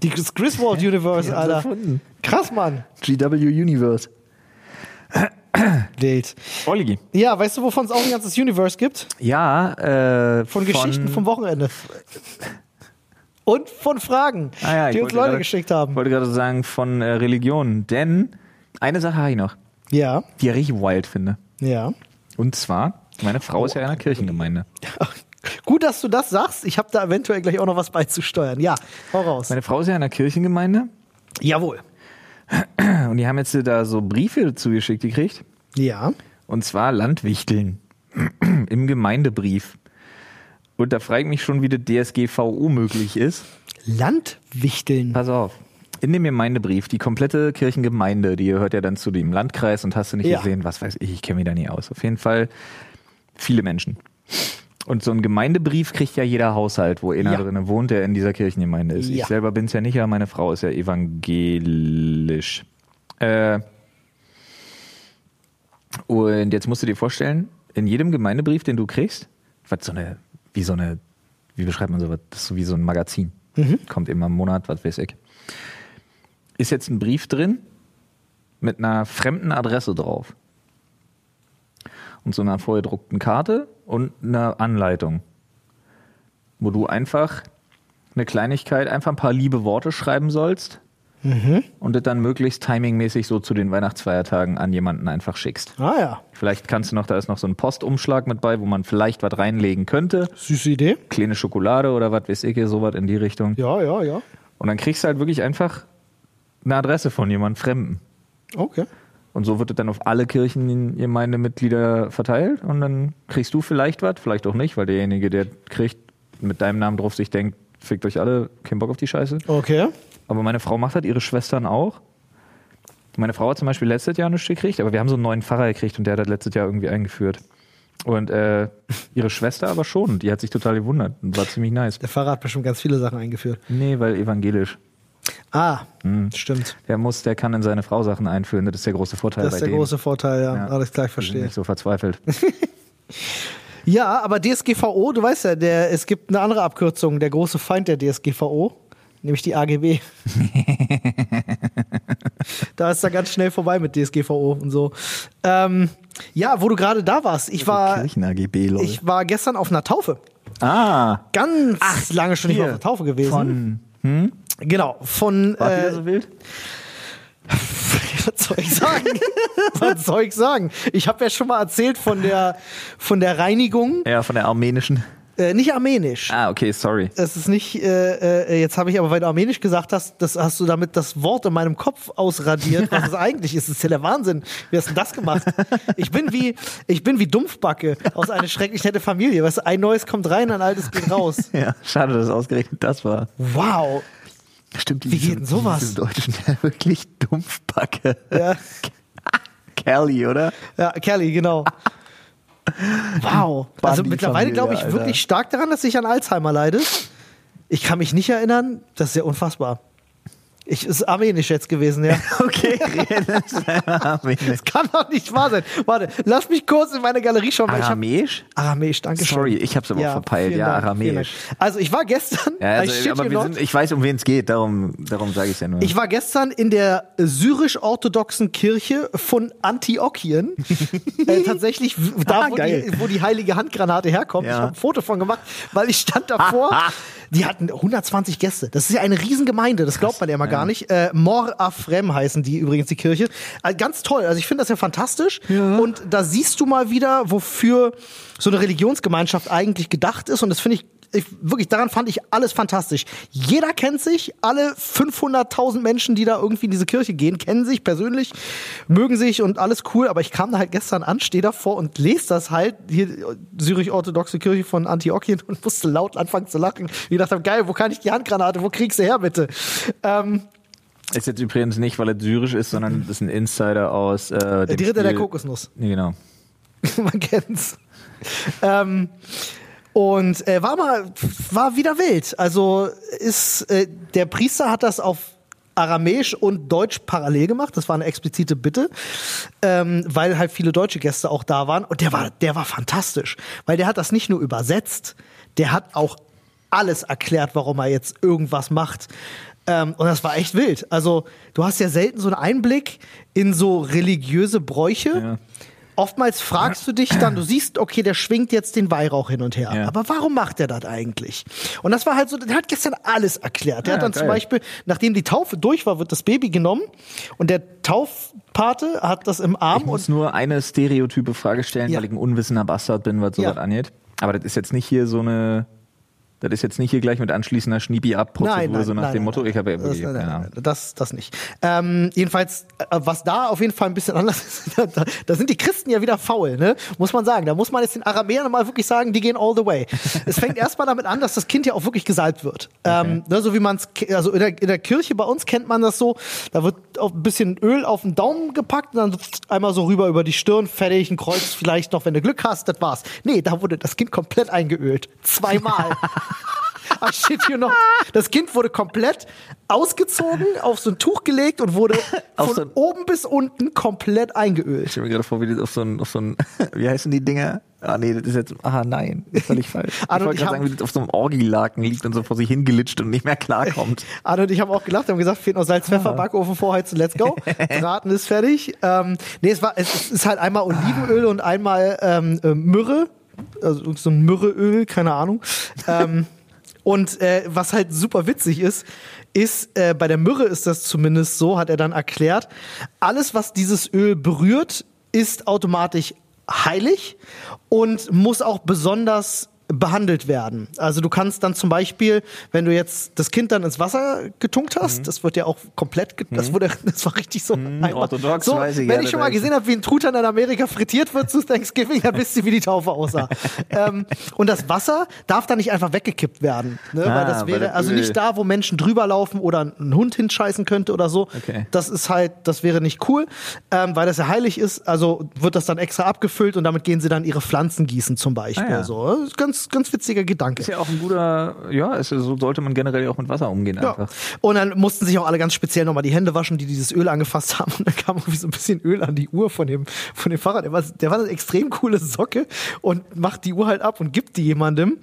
Die Gris- Griswold Universe,
die haben's
Alter.
erfunden.
Krass, Mann.
GW Universe.
Wild.
Olli.
Ja, weißt du, wovon es auch ein ganzes Universe gibt?
Ja, äh,
Von, Geschichten vom Wochenende. Und von Fragen,
Ah ja,
die
ich
uns
wollte
Leute
gerade-
geschickt haben.
Ich wollte gerade sagen, von äh, Religionen. Denn eine Sache habe ich noch,
Ja,
die ich richtig wild finde.
ja.
Und zwar, meine Frau ist ja in einer Kirchengemeinde.
Gut, dass du das sagst. Ich habe da eventuell gleich auch noch was beizusteuern. Ja, hau raus.
Meine Frau ist ja in einer Kirchengemeinde äh,
Jawohl.
und die haben jetzt da so Briefe zugeschickt gekriegt.
Ja.
Und zwar Landwichteln im Gemeindebrief. Und da frage ich mich schon, wie das DSGVO möglich ist.
Landwichteln.
Pass auf. Hm. In dem Gemeindebrief, die komplette Kirchengemeinde, die gehört ja dann zu dem Landkreis und hast du nicht
Ja.
gesehen, was weiß ich, ich kenne mich da nie aus. Auf jeden Fall viele Menschen. Und so einen Gemeindebrief kriegt ja jeder Haushalt, wo einer
Ja.
drinne wohnt, der in dieser Kirchengemeinde ist. Ich
Ja.
selber bin es ja nicht, aber meine Frau ist ja evangelisch. Äh, und jetzt musst du dir vorstellen, in jedem Gemeindebrief, den du kriegst, was so eine, wie so eine, wie beschreibt man sowas? Das ist so wie so ein Magazin. Kommt immer im Monat, was weiß ich. Ist jetzt ein Brief drin mit einer fremden Adresse drauf. Und so einer vorgedruckten Karte und einer Anleitung. Wo du einfach eine Kleinigkeit, einfach ein paar liebe Worte schreiben sollst und das dann möglichst timingmäßig so zu den Weihnachtsfeiertagen an jemanden einfach schickst.
Ah ja,
Vielleicht kannst du noch, da ist noch so ein Postumschlag mit bei, wo man vielleicht was reinlegen könnte.
süße Idee.
Kleine Schokolade oder was weiß ich, sowas in die Richtung.
Ja, ja, ja.
Und dann kriegst du halt wirklich einfach eine Adresse von jemandem Fremden.
Okay.
Und so wird es dann auf alle Kirchengemeindemitglieder verteilt. Und dann kriegst du vielleicht was, vielleicht auch nicht, weil derjenige, der kriegt, mit deinem Namen drauf sich denkt, fickt euch alle, kein Bock auf die Scheiße.
Okay.
Aber meine Frau macht das, ihre Schwestern auch. Meine Frau hat zum Beispiel letztes Jahr nichts gekriegt, aber wir haben so einen neuen Pfarrer gekriegt und der hat das letztes Jahr irgendwie eingeführt. Und äh, ihre Schwester aber schon, und die hat sich total gewundert und war ziemlich nice.
Der Pfarrer hat bestimmt ganz viele Sachen eingeführt.
Nee, weil evangelisch.
Ah,
Mhm.
stimmt.
Der muss, der kann in seine Frau Sachen einführen. Das ist der große Vorteil
Das ist
bei
der
denen.
große Vorteil, ja.
Ja.
Alles klar, ich
Die sind
verstehe.
nicht so verzweifelt.
Ja, aber DSGVO, du weißt ja, der, es gibt eine andere Abkürzung, der große Feind der DSGVO, nämlich die AGB. da ist da ganz schnell vorbei mit DSGVO und so. Ähm, ja, wo du gerade da warst, ich war,
Kirchen-AGB, lol.
ich war gestern auf einer Taufe.
Ah,
Ganz lange schon nicht
hier.
mehr auf einer Taufe gewesen.
von,
genau, von
war
äh,
wieder so wild?
was soll ich sagen? was soll ich sagen? Ich habe ja schon mal erzählt von der von der Reinigung,
Ja, von der armenischen.
äh, nicht armenisch.
Ah, okay, sorry.
Es ist nicht, äh, äh, jetzt habe ich aber, weil du Armenisch gesagt hast, das hast du damit das Wort in meinem Kopf ausradiert, was es eigentlich ist. Das ist ja der Wahnsinn. Wie hast du das gemacht? Ich bin wie, ich bin wie Dumpfbacke aus einer schrecklich nette Familie. Weißt du, ein neues kommt rein, ein altes geht raus.
Ja, schade, dass ausgerechnet das war.
Wow.
Stimmt, die
Wie
ist
geht
im-
denn sowas?
die ist Im Deutschen ja wirklich Dumpfbacke.
Ja,
Kelly, oder?
ja Kelly, genau. Wow. Also
Bundy-Familie,
mittlerweile glaube ich
Alter.
wirklich stark daran, dass ich an Alzheimer leide. Ich kann mich nicht erinnern. Das ist ja unfassbar. Ich ist Armenisch jetzt gewesen, ja.
Okay,
Das kann doch nicht wahr sein. Warte, lass mich kurz in meine Galerie schauen. Weil ich hab
Aramäisch?
Aramäisch, danke schön.
Sorry, ich hab's aber auch verpeilt.
vielen
Ja,
Dank,
Aramäisch.
vielen Dank. Also ich war gestern,
Ja,
I
also,
shit
aber
you
wir
not,
sind, ich weiß, um wen es geht, darum, darum sage ich ja nur.
ich war gestern in der syrisch-orthodoxen Kirche von Antiochien. äh, tatsächlich w- da,
Ah,
wo,
geil.
die, wo die heilige Handgranate herkommt.
Ja.
Ich habe ein Foto von gemacht, weil ich stand davor. die hatten 120 Gäste. Das ist ja eine Riesengemeinde, das glaubt man ja immer gar nicht. Äh, Mor Afrem heißen die übrigens, die Kirche. Äh, ganz toll, also ich finde das ja fantastisch. Und da siehst du mal wieder, wofür so eine Religionsgemeinschaft eigentlich gedacht ist. Und das finde ich ich, wirklich, daran fand ich alles fantastisch. Jeder kennt sich, alle 500.000 Menschen, die da irgendwie in diese Kirche gehen, kennen sich persönlich, mögen sich und alles cool. Aber ich kam da halt gestern an, stehe davor und lese das halt, hier syrisch-orthodoxe Kirche von Antiochien und musste laut anfangen zu lachen. Ich dachte, geil, wo kann ich die Handgranate, wo kriegst du her bitte? Ähm,
Ist jetzt übrigens nicht, weil er syrisch ist, sondern das ist ein Insider aus. Äh, dem
die Ritter der
Spiel-
Kokosnuss,
Nee, genau.
man kennt's. Ähm, Und äh, war mal, war wieder wild. Also ist, äh, der Priester hat das auf Aramäisch und Deutsch parallel gemacht. Das war eine explizite Bitte, ähm, weil halt viele deutsche Gäste auch da waren. Und der war, der war fantastisch, weil der hat das nicht nur übersetzt, der hat auch alles erklärt, warum er jetzt irgendwas macht. Ähm, und das war echt wild. Also du hast ja selten so einen Einblick in so religiöse Bräuche.
Ja.
Oftmals fragst du dich dann, du siehst, okay, der schwingt jetzt den Weihrauch hin und her.
Ja.
Aber warum macht er das eigentlich? Und das war halt so, der hat gestern alles erklärt. Der
Ah,
hat dann
geil.
zum Beispiel, nachdem die Taufe durch war, wird das Baby genommen und der Taufpate hat das im
Ich
Arm und
muss nur eine stereotype Frage stellen,
Ja.
weil ich ein unwissender Bastard bin, was
Ja.
sowas angeht. Aber das ist jetzt nicht hier so eine. Das ist jetzt nicht hier gleich mit anschließender
nein,
Schniepi-Ab-Prozedur,
nein,
so nach
nein,
dem
nein,
Motto.
nein.
Ich habe ja
das,
wirklich
nein,
keine
nein,
Ahnung.
nein, das, das nicht. Ähm, jedenfalls, äh, was da auf jeden Fall ein bisschen anders ist, da, da, da sind die Christen ja wieder faul, ne? Muss man sagen. Da muss man jetzt den Aramäern mal wirklich sagen, die gehen all the way. es fängt erstmal damit an, dass das Kind ja auch wirklich gesalbt wird. Ähm, ne, so wie man es, also in der, in der Kirche bei uns kennt man das so, da wird auch ein bisschen Öl auf den Daumen gepackt und dann so einmal so rüber über die Stirn, fertig, ein Kreuz vielleicht noch, wenn du Glück hast, das war's. Nee, da wurde das Kind komplett eingeölt. Zweimal. I shit you not. Das Kind wurde komplett ausgezogen, auf so ein Tuch gelegt und wurde
Auf
von
so ein-
oben bis unten komplett eingeölt.
Ich stelle mir gerade vor, wie das auf so ein, auf so ein, wie heißen die Dinger? Ah nee, das ist jetzt, ah nein, das ist völlig falsch. Ich
Ah, du,
wollte
ich
gerade
hab-
sagen, wie das auf so einem Orgilaken liegt und so vor sich hingelitscht und nicht mehr klarkommt.
Arne und ich haben auch gelacht, haben gesagt, fehlt noch Salz, Pfeffer, Backofen, Vorheizen, let's go. Braten ist fertig. Ähm, nee, es, war, es es ist halt einmal Olivenöl und einmal ähm, äh, Myrrhe. Also irgend so ein Myrrheöl, keine Ahnung. Ähm, und äh, was halt super witzig ist, ist, äh, bei der Myrrhe ist das zumindest so, hat er dann erklärt, alles, was dieses Öl berührt, ist automatisch heilig und muss auch besonders behandelt werden. Also du kannst dann zum Beispiel, wenn du jetzt das Kind dann ins Wasser getunkt
Mhm.
hast, das wird ja auch komplett, ge- das wurde, das war richtig so. einfach-
orthodox,
so,
weiß ich,
Wenn
ja,
ich
das
schon mal
heißt-
gesehen habe, wie ein Truthahn in Amerika frittiert wird zu Thanksgiving, dann wisst ihr, wie die Taufe aussah. ähm, und das Wasser darf dann nicht einfach weggekippt werden, ne?
Ah,
weil das
weil
wäre,
das
also
Öl-
nicht da, wo Menschen drüber laufen oder ein Hund hinscheißen könnte oder so.
Okay.
Das ist halt, das wäre nicht cool, ähm, weil das ja heilig ist. Also wird das dann extra abgefüllt und damit gehen sie dann ihre Pflanzen gießen zum Beispiel.
Ah, ja.
So, das ist ganz ganz, ganz witziger Gedanke.
Ist ja auch ein guter, ja, ist, ja- so sollte man generell auch mit Wasser umgehen
Ja.
einfach.
Und dann mussten sich auch alle ganz speziell nochmal die Hände waschen, die dieses Öl angefasst haben. Und dann kam irgendwie so ein bisschen Öl an die Uhr von dem, von dem Fahrrad. Der war, der war eine extrem coole Socke und macht die Uhr halt ab und gibt die jemandem.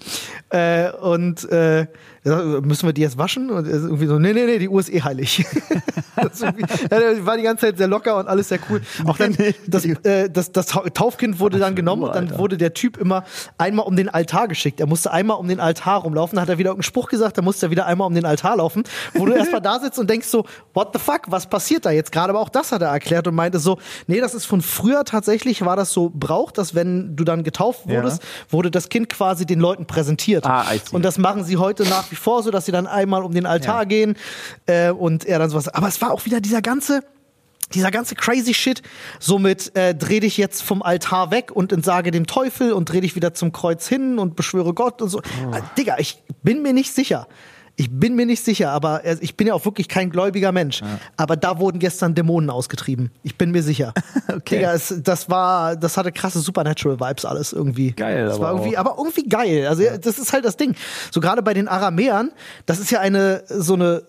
Äh, und äh, er sagt, müssen wir die jetzt waschen? Und er ist irgendwie so, nee, nee, nee, die Uhr ist eh heilig. das ist irgendwie- ja, der war die ganze Zeit sehr locker und alles sehr cool. Auch dann, das, äh, das, das Tau- Taufkind wurde dann genommen
Uhr,
und dann
Alter.
wurde der Typ immer einmal um den Altar geschickt. Er musste einmal um den Altar rumlaufen, dann hat er wieder irgendeinen Spruch gesagt, dann musste er wieder einmal um den Altar laufen, wo du erstmal da sitzt und denkst so, what the fuck, was passiert da jetzt gerade? Aber auch das hat er erklärt und meinte so, nee, das ist von früher tatsächlich, war das so Brauch, dass wenn du dann getauft
Ja.
wurdest, wurde das Kind quasi den Leuten präsentiert.
Ah, I see.
und das machen sie heute nach wie vor so, dass sie dann einmal um den Altar
Ja.
gehen äh, und er dann sowas. Aber es war auch wieder dieser ganze dieser ganze crazy Shit, somit äh, dreh dich jetzt vom Altar weg und entsage dem Teufel und dreh dich wieder zum Kreuz hin und beschwöre Gott und so.
Oh.
Äh, Digga, ich bin mir nicht sicher. Ich bin mir nicht sicher, aber äh, ich bin ja auch wirklich kein gläubiger Mensch. Aber da wurden gestern Dämonen ausgetrieben. Ich bin mir sicher.
Okay.
Digga, es, das war, das hatte krasse Supernatural Vibes alles irgendwie.
Geil,
das war
aber
irgendwie,
auch.
aber irgendwie geil. Also das ist halt das Ding. So gerade bei den Aramäern, das ist ja eine so eine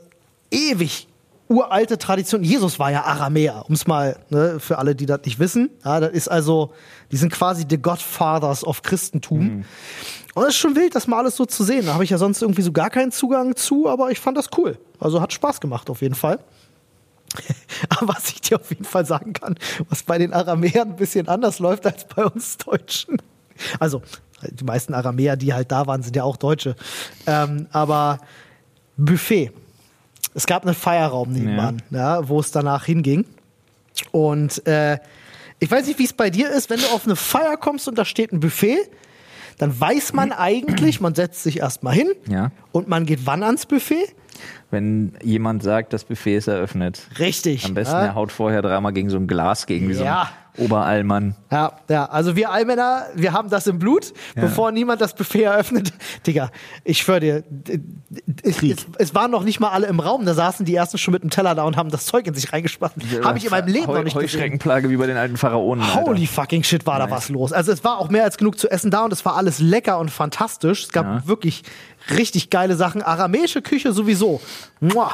ewig uralte Tradition. Jesus war ja Aramäer, um es mal ne, für alle, die das nicht wissen. Ja, das ist also, die sind quasi the Godfathers of Christentum.
Mhm.
Und das ist schon wild, das mal alles so zu sehen. Da habe ich ja sonst irgendwie so gar keinen Zugang zu, aber ich fand das cool. Also hat Spaß gemacht auf jeden Fall. Aber was ich dir auf jeden Fall sagen kann, was bei den Aramäern ein bisschen anders läuft als bei uns Deutschen. Also, die meisten Aramäer, die halt da waren, sind ja auch Deutsche. Ähm, aber Buffet. Es gab einen Feierraum nebenan, ja, wo es danach hinging. Und äh, ich weiß nicht, wie es bei dir ist, wenn du auf eine Feier kommst und da steht ein Buffet, dann weiß man eigentlich, man setzt sich erstmal hin
Ja.
und man geht wann ans Buffet?
Wenn jemand sagt, das Buffet ist eröffnet.
Richtig.
Am besten,
ja.
er haut vorher dreimal gegen so ein Glas, gegen so
Ja.
einen Oberallmann.
Ja, ja, also wir Allmänner, wir haben das im Blut, bevor niemand das Buffet eröffnet. Digga, ich schwör dir, d- d- es,
Krieg.
es, es waren noch nicht mal alle im Raum, da saßen die ersten schon mit dem Teller da und haben das Zeug in sich reingeschmissen. Habe ich in meinem Leben
Heu-
noch nicht gesehen.
Heuschreckenplage wie bei den alten Pharaonen. Alter.
Holy fucking shit, war da was los. Also es war auch mehr als genug zu essen da und es war alles lecker und fantastisch. Es gab
Ja.
wirklich richtig geile Sachen. Aramäische Küche sowieso. Mua.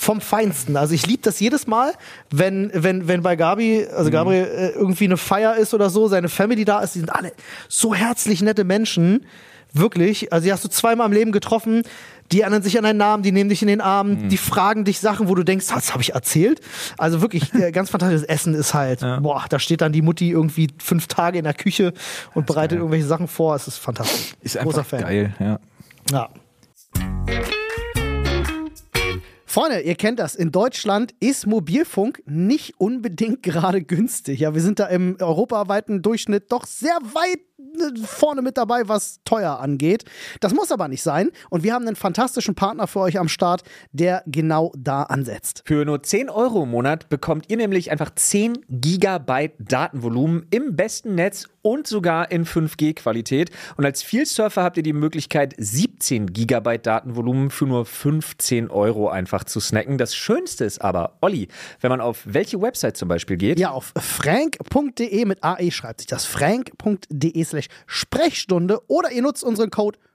Vom Feinsten. Also ich liebe das jedes Mal, wenn, wenn, wenn bei Gabi,
Mhm.
also Gabriel, äh, irgendwie eine Feier ist oder so, seine Family da ist, die sind alle so herzlich nette Menschen. Wirklich. Also die hast du zweimal im Leben getroffen, die erinnern sich an deinen Namen, die nehmen dich in den Arm,
Hm.
die fragen dich Sachen, wo du denkst, das habe ich erzählt. Also wirklich, äh, ganz fantastisches Essen ist halt, boah, da steht dann die Mutti irgendwie fünf Tage in der Küche und bereitet irgendwelche Sachen vor. Es ist fantastisch.
Ist einfach geil, ja.
Ja. Freunde, ihr kennt das. In Deutschland ist Mobilfunk nicht unbedingt gerade günstig. Ja, wir sind da im europaweiten Durchschnitt doch sehr weit äh, vorne mit dabei, was teuer angeht. Das muss aber nicht sein. Und wir haben einen fantastischen Partner für euch am Start, der genau da ansetzt.
Für nur 10 Euro im Monat bekommt ihr nämlich einfach 10 Gigabyte Datenvolumen im besten Netz und sogar in 5G-Qualität. Und als Vielsurfer habt ihr die Möglichkeit, 17 Gigabyte Datenvolumen für nur 15 Euro einfach zu snacken. Das Schönste ist aber, Olli, wenn man auf welche Website zum Beispiel geht,
Ja, auf frank.de mit AE schreibt sich das. frank.de slash Sprechstunde oder ihr nutzt unseren Code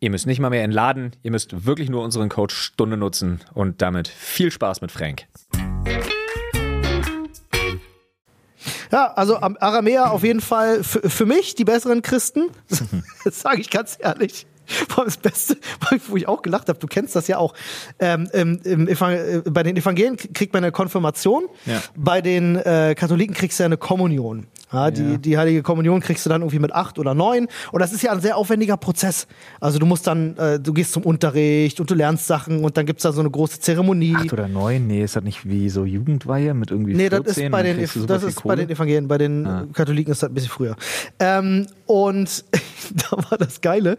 ihr müsst nicht mal mehr entladen, ihr müsst wirklich nur unseren Code Stunde nutzen. Und damit viel Spaß mit Frank.
Ja, also am Aramäer auf jeden Fall f- für mich die besseren Christen. Das sage ich ganz ehrlich. Vor allem Das Beste, wo ich auch gelacht habe, du kennst das ja auch. Ähm, im, im Evang äh, bei den Evangelien k- kriegt man eine Konfirmation,
Ja.
bei den äh, Katholiken kriegst du ja eine Kommunion. Ja, die, die heilige Kommunion kriegst du dann irgendwie mit acht oder neun. Und das ist ja ein sehr aufwendiger Prozess. Also du musst dann, äh, du gehst zum Unterricht und du lernst Sachen und dann gibt's da so eine große Zeremonie.
Acht oder neun? Nee, ist das nicht wie so Jugendweihe mit irgendwie
Nee,
14?
das ist,
und
bei
dann
den,
kriegst du super
das
viel
ist bei den
Kohle?
Evangelien, bei den Katholiken ist das ein bisschen früher. Ähm, und da war das Geile,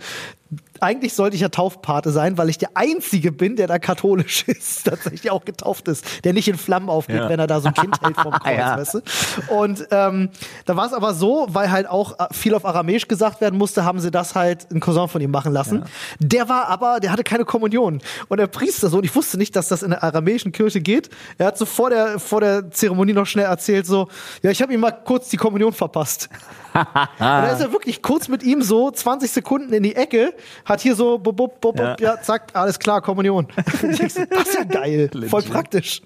Eigentlich sollte ich ja Taufpate sein, weil ich der Einzige bin, der da katholisch ist, tatsächlich auch getauft ist, der nicht in Flammen aufgeht,
Ja.
wenn er da so ein Kind hält vom Kreuz,
Ja.
weißt du? Und ähm, da war es aber so, weil halt auch äh, viel auf Aramäisch gesagt werden musste, haben sie das halt einen Cousin von ihm machen lassen. Der war aber, der hatte keine Kommunion. Und der Priester so, und ich wusste nicht, dass das in der aramäischen Kirche geht, er hat so vor der, vor der Zeremonie noch schnell erzählt, so, ja, ich habe ihm mal kurz die Kommunion verpasst. Und da ist er wirklich kurz mit ihm so 20 Sekunden in die Ecke, hat hier so, bub, bub, bub, bub, ja, zack, alles klar, Kommunion. Und ich so, das ist ja geil, voll praktisch.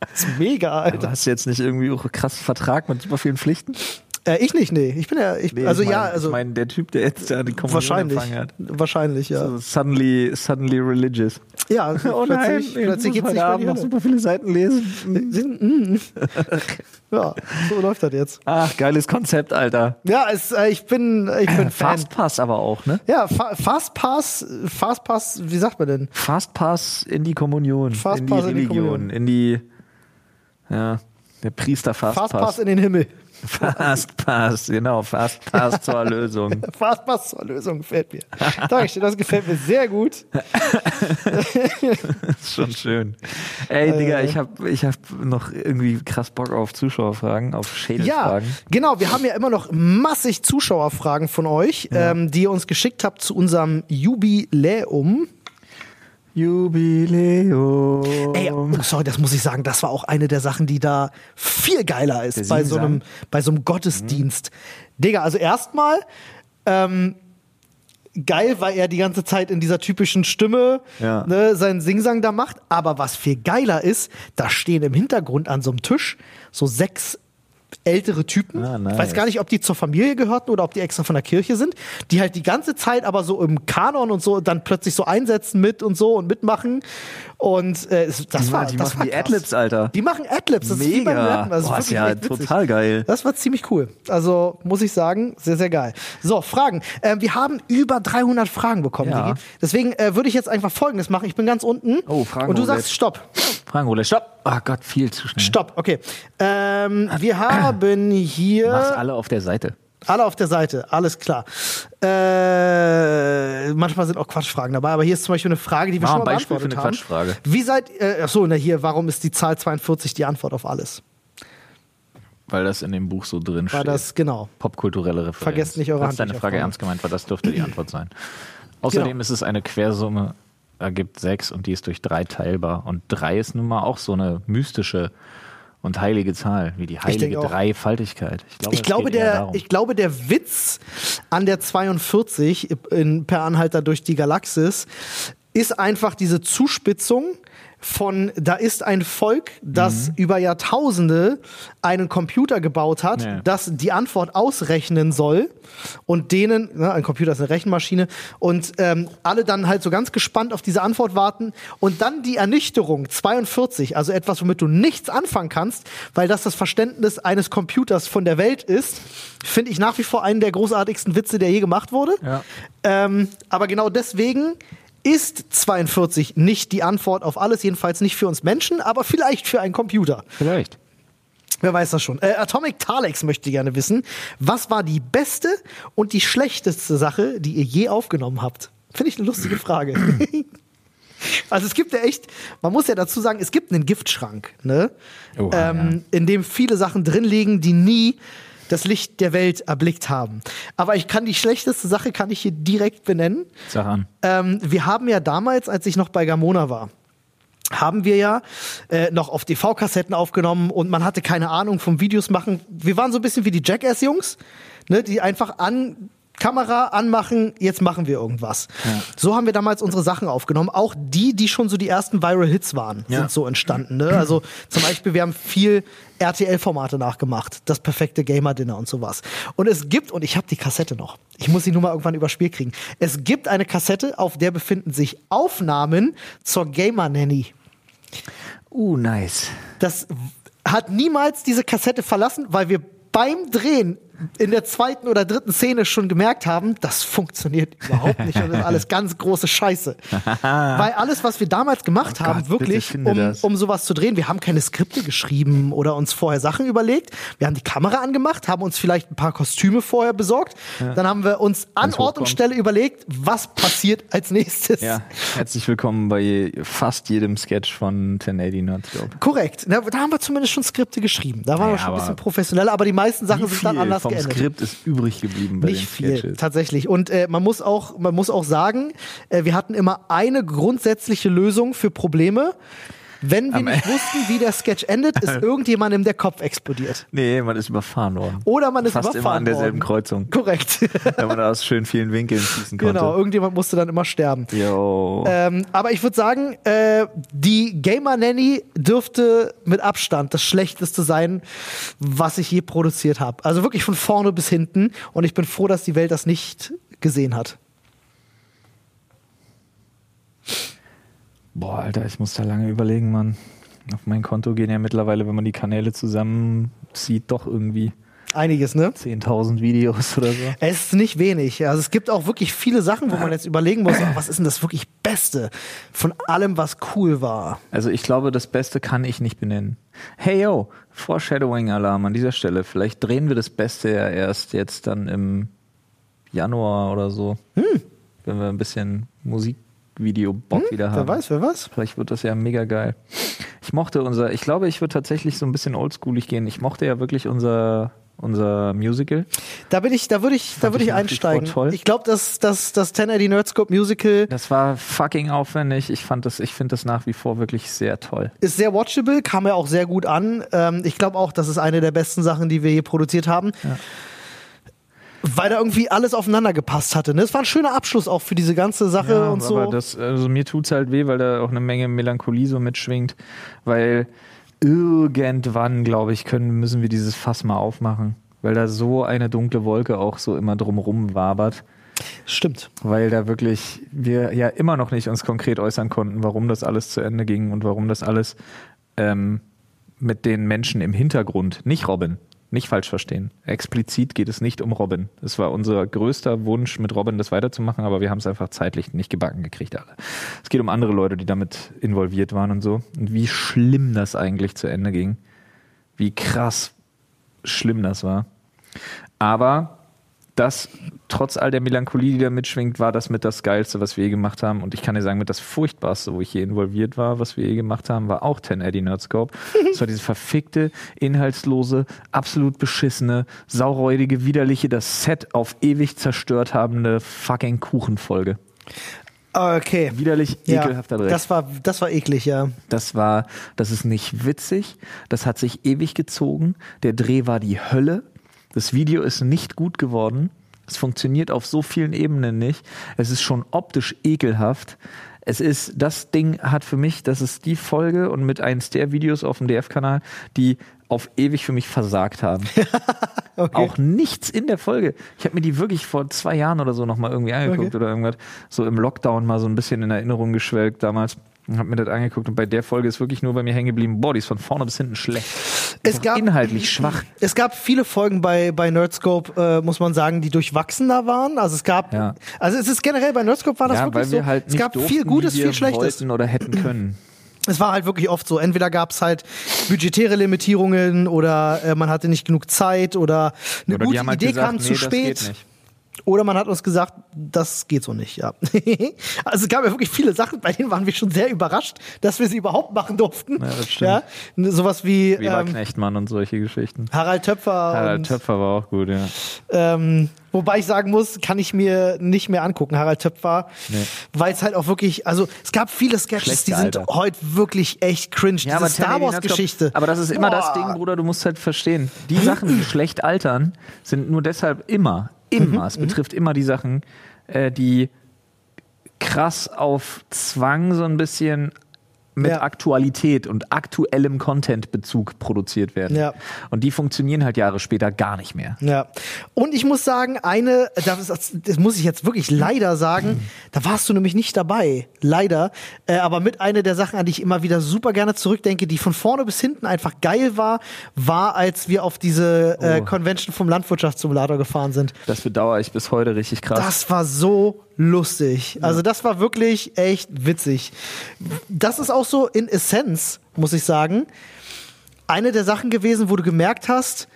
Das ist mega, Alter.
Hast du jetzt nicht irgendwie auch einen krassen Vertrag mit super vielen Pflichten?
Äh, ich nicht, nee. Ich bin ja, ich, also
ich mein-
ja, also
Ich meine, der Typ, der jetzt da die Kommunion
wahrscheinlich.
empfangen hat.
Wahrscheinlich, ja.
Also suddenly, suddenly religious.
Ja,
Oh nein,
plötzlich, plötzlich geht's nicht mehr in die
noch
Hölle.
super viele Seiten lesen.
Ja, so läuft das jetzt.
Ach, geiles Konzept, Alter.
Ja, es, äh, ich bin, ich bin Fan.
Fastpass aber auch, ne?
Ja, Fa Fastpass, Fastpass, wie sagt man denn?
Fastpass in die Kommunion,
Fastpass
in
in
die
die
Religion,
Kommunion.
in die, ja, der Priester
Fastpass
Fastpass.
in den Himmel.
Fastpass, genau, Fastpass zur Erlösung.
Fastpass zur Lösung gefällt mir. Dankeschön, das gefällt mir sehr gut.
Ist schon schön. Ey, Digga, ich hab, ich hab noch irgendwie krass Bock auf Zuschauerfragen, auf
Ja,
Schädelfragen.
genau. Wir haben ja immer noch massig Zuschauerfragen von euch, ähm, die ihr uns geschickt habt zu unserem Jubiläum.
Jubiläum.
Ey, oh, sorry, das muss ich sagen, das war auch eine der Sachen, die da viel geiler ist bei so,
Singsang.
einem, bei so einem Gottesdienst. Digga, also erstmal ähm, geil, weil er die ganze Zeit in dieser typischen Stimme
Ja.
ne, seinen Singsang da macht. Aber was viel geiler ist, da stehen im Hintergrund an so einem Tisch so sechs ältere Typen.
Ah, nice.
Ich weiß gar nicht, ob die zur Familie gehörten oder ob die extra von der Kirche sind, die halt die ganze Zeit aber so im Kanon und so dann plötzlich so einsetzen mit und so und mitmachen. Und äh, es- das
Die
war
machen- die
das
machen
war
die
krass.
Adlibs, Alter.
Die machen Adlibs, das ist wie beim
Mega.
Rappen. Das
Boah,
ist
ist
wirklich
ja
echt witzig.
total geil.
Das war ziemlich cool. Also muss ich sagen, sehr, sehr geil. So, Fragen. Ähm, wir haben über 300 Fragen bekommen.
Ja.
Digi. Deswegen äh, würde ich jetzt einfach Folgendes machen. Ich bin ganz unten
Oh, Fragen
und du
Roulette.
sagst Stopp.
Fragenroulette, stopp. Oh Gott, viel zu schnell.
Stopp, okay. Ähm, wir haben hier...
Mach's alle auf der Seite.
Alle auf der Seite, alles klar. Äh, manchmal sind auch Quatschfragen dabei, aber hier ist zum Beispiel eine Frage, die wir
Mach
schon mal
mal ein Beispiel
beantwortet
für eine
haben.
Quatschfrage.
Wie seid äh, ach so, na hier, warum ist die Zahl 42 die Antwort auf alles?
Weil das in dem Buch so drin
War
steht.
das genau.
Popkulturelle Referenz.
Vergesst nicht eure
Falls
Hand
deine
nicht auf
Frage
Fragen.
ernst gemeint war, das dürfte die Antwort sein. Außerdem
Genau.
ist es eine Quersumme, ergibt sechs und die ist durch drei teilbar. Und drei ist nun mal auch so eine mystische und heilige Zahl, wie die heilige
denke auch.
Dreifaltigkeit. glaube,
Ich
es
glaube,
geht eher
der,
darum.
ich glaube, der Witz an der 42 in Per Anhalter durch die Galaxis ist einfach diese Zuspitzung von, da ist ein Volk, das
Mhm.
über Jahrtausende einen Computer gebaut hat,
Ja.
das die Antwort ausrechnen soll und denen, ne, ein Computer ist eine Rechenmaschine, und ähm, alle dann halt so ganz gespannt auf diese Antwort warten und dann die Ernüchterung 42, also etwas, womit du nichts anfangen kannst, weil das das Verständnis eines Computers von der Welt ist, finde ich nach wie vor einen der großartigsten Witze, der je gemacht wurde.
Ja.
Ähm, aber genau deswegen ist 42 nicht die Antwort auf alles, jedenfalls nicht für uns Menschen, aber vielleicht für einen Computer.
Vielleicht.
Wer weiß das schon. Äh, Atomic Talex möchte gerne wissen, was war die beste und die schlechteste Sache, die ihr je aufgenommen habt? Finde ich eine lustige Frage. also es gibt ja echt, man muss ja dazu sagen, es gibt einen Giftschrank, ne?
Oha,
ähm, in dem viele Sachen drin liegen, die nie das Licht der Welt erblickt haben. Aber ich kann die schlechteste Sache kann ich hier direkt benennen.
Sag an.
Ähm, wir haben ja damals, als ich noch bei Gamona war, haben wir ja äh, noch auf DV-Kassetten aufgenommen und man hatte keine Ahnung vom Videos machen. Wir waren so ein bisschen wie die Jackass-Jungs, ne, die einfach an Kamera anmachen, jetzt machen wir irgendwas. So haben wir damals unsere Sachen aufgenommen. Auch die, die schon so die ersten Viral Hits waren,
Ja.
sind so entstanden. Ne? Also zum Beispiel, wir haben viel RTL-Formate nachgemacht. Das perfekte Gamer-Dinner und sowas. Und es gibt, und ich habe die Kassette noch. Ich muss sie nur mal irgendwann überspielt kriegen. Es gibt eine Kassette, auf der befinden sich Aufnahmen zur Gamer-Nanny.
Uh, nice.
Das hat niemals diese Kassette verlassen, weil wir beim Drehen in der zweiten oder dritten Szene schon gemerkt haben, das funktioniert überhaupt nicht und das ist alles ganz große Scheiße. Weil alles, was wir damals gemacht haben,
Oh Gott, bitte
wirklich,
finde
um,
das.
um sowas zu drehen, wir haben keine Skripte geschrieben oder uns vorher Sachen überlegt. Wir haben die Kamera angemacht, haben uns vielleicht ein paar Kostüme vorher besorgt. Dann haben wir uns an Ort und
hochkommt.
Stelle überlegt, was passiert als nächstes.
Ja, herzlich willkommen bei je, fast jedem Sketch von 1080 Not Scope.
Korrekt. Na, da haben wir zumindest schon Skripte geschrieben. Da waren
Naja,
wir schon ein
aber
bisschen professioneller, aber die meisten Sachen sind dann anders
vom
geändert.
Skript ist übrig geblieben bei
Nicht
den
viel,
Sketches?
tatsächlich. Und äh, man, muss auch, man muss auch sagen, äh, wir hatten immer eine grundsätzliche Lösung für Probleme. Wenn wir nicht wussten, wie der Sketch endet, ist irgendjemandem der Kopf explodiert.
Nee, man ist überfahren worden.
Oder man ist
Fast
überfahren
immer an derselben
worden.
Kreuzung,
Korrekt.
wenn man aus schön vielen Winkeln schießen konnte.
genau, irgendjemand musste dann immer sterben.
Yo.
Ähm, aber ich würde sagen, äh, die Gamer Nanny dürfte mit Abstand das schlechteste sein, was ich je produziert habe. Also wirklich von vorne bis hinten. Und ich bin froh, dass die Welt das nicht gesehen hat.
Boah, Alter, ich muss da lange überlegen, Mann. Auf mein Konto gehen ja mittlerweile, wenn man die Kanäle zusammenzieht, doch irgendwie
Einiges, ne?
10.000 Videos oder so.
Es ist nicht wenig. Also es gibt auch wirklich viele Sachen, wo man jetzt überlegen muss, oh, was ist denn das wirklich Beste von allem, was cool war.
Also ich glaube, das Beste kann ich nicht benennen. Hey yo, Foreshadowing-Alarm an dieser Stelle. Vielleicht drehen wir das Beste ja erst jetzt dann im Januar oder so.
Hm.
Wenn wir ein bisschen Musikvideo-Bock wieder haben.
Wer weiß, wer was?
Vielleicht wird das ja mega geil. Ich mochte unser, ich glaube, ich würde tatsächlich so ein bisschen oldschoolig gehen. Ich mochte ja wirklich unser, unser Musical.
Da bin ich, da würde ich, da
Fand
würde
ich
ich
nach wie vor
einsteigen.
toll.
Ich glaube, dass das, das 1080 Nerdscope Musical
Das war fucking aufwendig. Ich fand das, ich finde das nach wie vor wirklich sehr toll.
ist sehr watchable, kam ja auch sehr gut an. Ähm, ich glaube auch, das ist eine der besten Sachen, die wir hier produziert haben. Weil da irgendwie alles aufeinander gepasst hatte. Ne? Es war ein schöner Abschluss auch für diese ganze Sache
Ja,
und
aber
so.
das, also mir tut's halt weh, weil da auch eine Menge Melancholie so mitschwingt, weil irgendwann, glaube ich, können, müssen wir dieses Fass mal aufmachen, weil da so eine dunkle Wolke auch so immer drumrum wabert,
Stimmt.
weil da wirklich wir ja immer noch nicht uns konkret äußern konnten, warum das alles zu Ende ging und warum das alles ähm, mit den Menschen im Hintergrund, nicht Robin, nicht falsch verstehen. Explizit geht es nicht um Robin. Es war unser größter Wunsch, mit Robin das weiterzumachen, aber wir haben es einfach zeitlich nicht gebacken gekriegt, alle. Es geht um andere Leute, die damit involviert waren und so. Und wie schlimm das eigentlich zu Ende ging. Wie krass schlimm das war. Aber das, trotz all der Melancholie, die da mitschwingt, war das mit das Geilste, was wir je gemacht haben. Und ich kann dir sagen, mit das Furchtbarste, wo ich je involviert war, was wir je gemacht haben, war auch 1080 Nerdscope. Das war diese verfickte, inhaltslose, absolut beschissene, sauräudige, widerliche, das Set auf ewig zerstört habende fucking Kuchenfolge.
Okay.
Widerlich,
Ja,
ekelhafter Dreck.
das war, das war eklig, ja.
Das war, das ist nicht witzig. Das hat sich ewig gezogen. Der Dreh war die Hölle. Das Video ist nicht gut geworden. Es funktioniert auf so vielen Ebenen nicht. Es ist schon optisch ekelhaft. Es ist, das Ding hat für mich, das ist die Folge und mit eins der Videos auf dem DF-Kanal, die auf ewig für mich versagt haben. Auch nichts in der Folge. Ich habe mir die wirklich vor zwei Jahren oder so nochmal irgendwie angeguckt
Okay.
oder irgendwas. So im Lockdown mal so ein bisschen in Erinnerung geschwelgt damals und habe mir das angeguckt. Und bei der Folge ist wirklich nur bei mir hängen geblieben, boah, die ist von vorne bis hinten schlecht.
Es gab,
Inhaltlich schwach.
Es gab viele Folgen bei, bei Nerdscope, äh, muss man sagen, die durchwachsener waren. Also es gab,
Ja.
also es ist generell bei Nerdscope war das
ja,
wirklich
weil wir
so.
halt
es
nicht
gab
durften,
viel Gutes,
wie wir
viel Schlechtes.
wollten oder hätten können.
Es war halt wirklich oft so. Entweder gab es halt budgetäre Limitierungen oder äh, man hatte nicht genug Zeit oder eine
Oder
gute
die haben halt
Idee
gesagt,
kam
nee,
zu
das
spät.
geht nicht.
Oder man hat uns gesagt, das geht so nicht, ja. also es gab ja wirklich viele Sachen, bei denen waren wir schon sehr überrascht, dass wir sie überhaupt machen durften.
Ja, das stimmt.
Ja, sowas wie
Weber
ähm,
Knechtmann und solche Geschichten.
Harald Töpfer.
Harald
und,
Töpfer war auch gut, ja.
Ähm, wobei ich sagen muss, kann ich mir nicht mehr angucken, Harald Töpfer,
Nee.
weil es halt auch wirklich, also es gab viele Sketches,
Schlecht
die sind
gealtert.
heute wirklich echt cringe. Diese Star
1080
Wars Geschichte.
Nerdclub- Aber das ist immer das
Boah. Hm?
Ding, Bruder, du musst halt verstehen. Die Sachen, die schlecht altern, sind nur deshalb immer, immer,
Mhm.
es betrifft immer die Sachen, äh, die krass auf Zwang so ein bisschen mit
Ja.
Aktualität und aktuellem Content-Bezug produziert werden.
Ja.
Und die funktionieren halt Jahre später gar nicht mehr.
Ja. Und ich muss sagen, eine, das, ist- das muss ich jetzt wirklich leider sagen, da warst du nämlich nicht dabei. Leider. Äh, aber mit einer der Sachen, an die ich immer wieder super gerne zurückdenke, die von vorne bis hinten einfach geil war, war, als wir auf diese
Oh.
äh, Convention vom Landwirtschaftssimulator gefahren sind.
Das bedauere ich bis heute richtig krass.
Das war so lustig. Also das war wirklich echt witzig. Das ist auch so in Essenz, muss ich sagen, eine der Sachen gewesen, wo du gemerkt hast,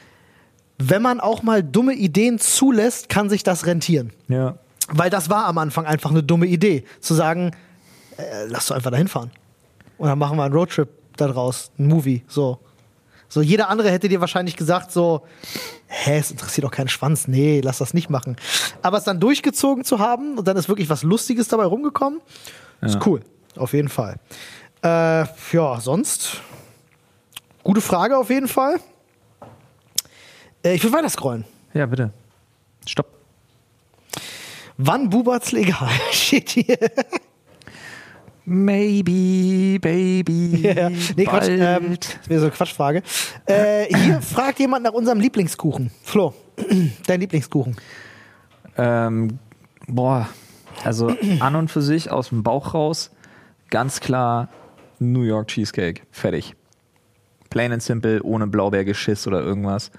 wenn man auch mal dumme Ideen zulässt, kann sich das rentieren.
ja.
Weil das war am Anfang einfach eine dumme Idee, zu sagen, äh, lass doch einfach dahin fahren. Und dann machen wir einen Roadtrip daraus, ein Movie, so. So, jeder andere hätte dir wahrscheinlich gesagt, so, hä, es interessiert doch keinen Schwanz, nee, lass das nicht machen. Aber es dann durchgezogen zu haben und dann ist wirklich was Lustiges dabei rumgekommen, ist cool, auf jeden Fall. Äh, ja, sonst, gute Frage auf jeden Fall. Äh, ich will weiter scrollen.
ja, bitte. Stopp.
Wann Bubert's legal? Steht hier.
Maybe, baby.
Ja, nee, Quatsch. Ähm, das wäre so eine Quatschfrage. Äh, hier fragt jemand nach unserem Lieblingskuchen. Flo, dein Lieblingskuchen.
Ähm, boah, also an und für sich aus dem Bauch raus, ganz klar New York Cheesecake. Fertig. Plain and simple, ohne Blaubeergeschiss oder irgendwas.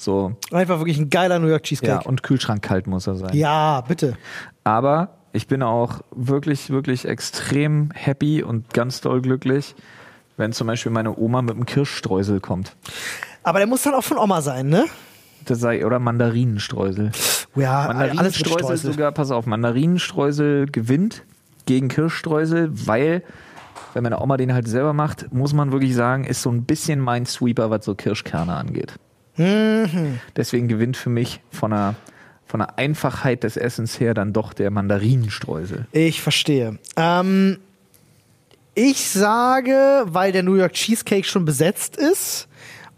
So,
Einfach wirklich ein geiler New York
ja,
Cheesecake.
und Kühlschrank kalt muss er sein.
Ja, bitte.
Aber ich bin auch wirklich, wirklich extrem happy und ganz doll glücklich, wenn zum Beispiel meine Oma mit einem Kirschstreusel kommt.
Aber der muss dann auch von Oma sein, ne?
Das sei, oder Mandarinenstreusel.
Ja, alles mit
Mandarinenstreusel
Streusel.
sogar, pass auf, Mandarinenstreusel gewinnt gegen Kirschstreusel, weil, wenn meine Oma den halt selber macht, muss man wirklich sagen, ist so ein bisschen mein Sweeper, was so Kirschkerne angeht.
Mhm.
Deswegen gewinnt für mich von der, von der Einfachheit des Essens her dann doch der Mandarinenstreusel.
Ich verstehe. Ähm, ich sage, weil der New York Cheesecake schon besetzt ist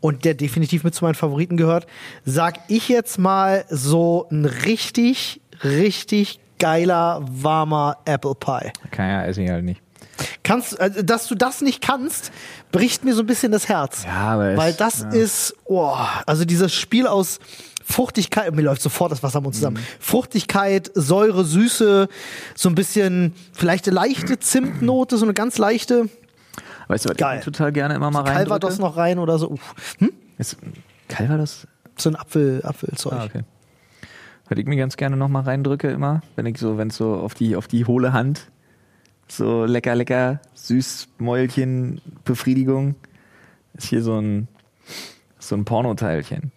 und der definitiv mit zu meinen Favoriten gehört, sag ich jetzt mal so ein richtig, richtig geiler, warmer Apple Pie.
Kann ja, esse ich halt nicht.
Kannst, also, dass du das nicht kannst, bricht mir so ein bisschen das Herz.
Ja, aber es-
Weil das
ja.
ist, oh, also dieses Spiel aus Fruchtigkeit, mir läuft sofort das Wasser im Mund zusammen.
Mhm.
Fruchtigkeit, Säure, Süße, so ein bisschen, vielleicht eine leichte Zimtnote, so eine ganz leichte.
Weißt du, was
Geil.
ich total gerne immer mal rein
Calvados noch rein oder so. Uff. Hm?
Ist, Calvados?
So ein Apfel, Apfelzeug.
Ah, okay. Weil ich mir ganz gerne noch mal reindrücke immer, wenn ich so, wenn es so auf die, auf die hohle Hand so lecker, lecker, süß Mäulchen Befriedigung ist hier so ein, so ein Pornoteilchen.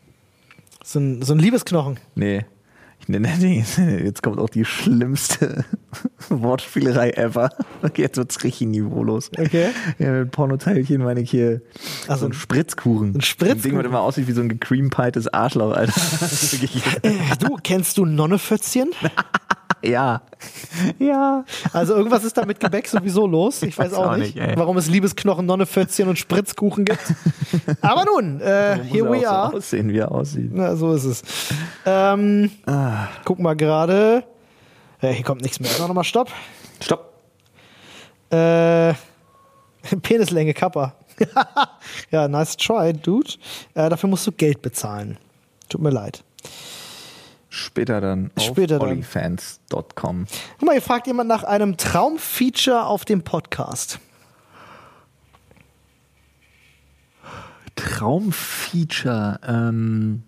so, ein, so ein Liebesknochen.
Nee, ich nenne das Ding, jetzt kommt auch die schlimmste Wortspielerei ever. Okay, jetzt wird's richtig niveaulos.
Okay.
Ja, mit Pornoteilchen meine ich hier
Also
so ein Spritzkuchen.
ein Spritzkuchen.
Das Ding, was immer aussieht wie so ein gecreampites Arschloch, Alter. Das ist wirklich-
Du, kennst du Nonnefötzchen?
ja. Ja.
Also irgendwas ist da mit Gebäck sowieso los. Ich weiß auch, nicht,
ey.
warum es Liebesknochen, Nonnefötzchen und Spritzkuchen gibt. Aber nun, äh, here
Muss
we
er auch
are.
So aussehen, wie er aussieht.
Na, so ist es. Ähm,
Ah.
Guck mal gerade. Äh, hier kommt nichts mehr. Sag nochmal Stopp.
Stopp.
Äh, Penislänge Kappa. ja, nice try, dude. Äh, dafür musst du Geld bezahlen. Tut mir leid.
Später dann auf
Später dann.
olyfans.com.
Guck mal, hier fragt jemand nach einem Traumfeature auf dem Podcast.
Traumfeature. Ähm,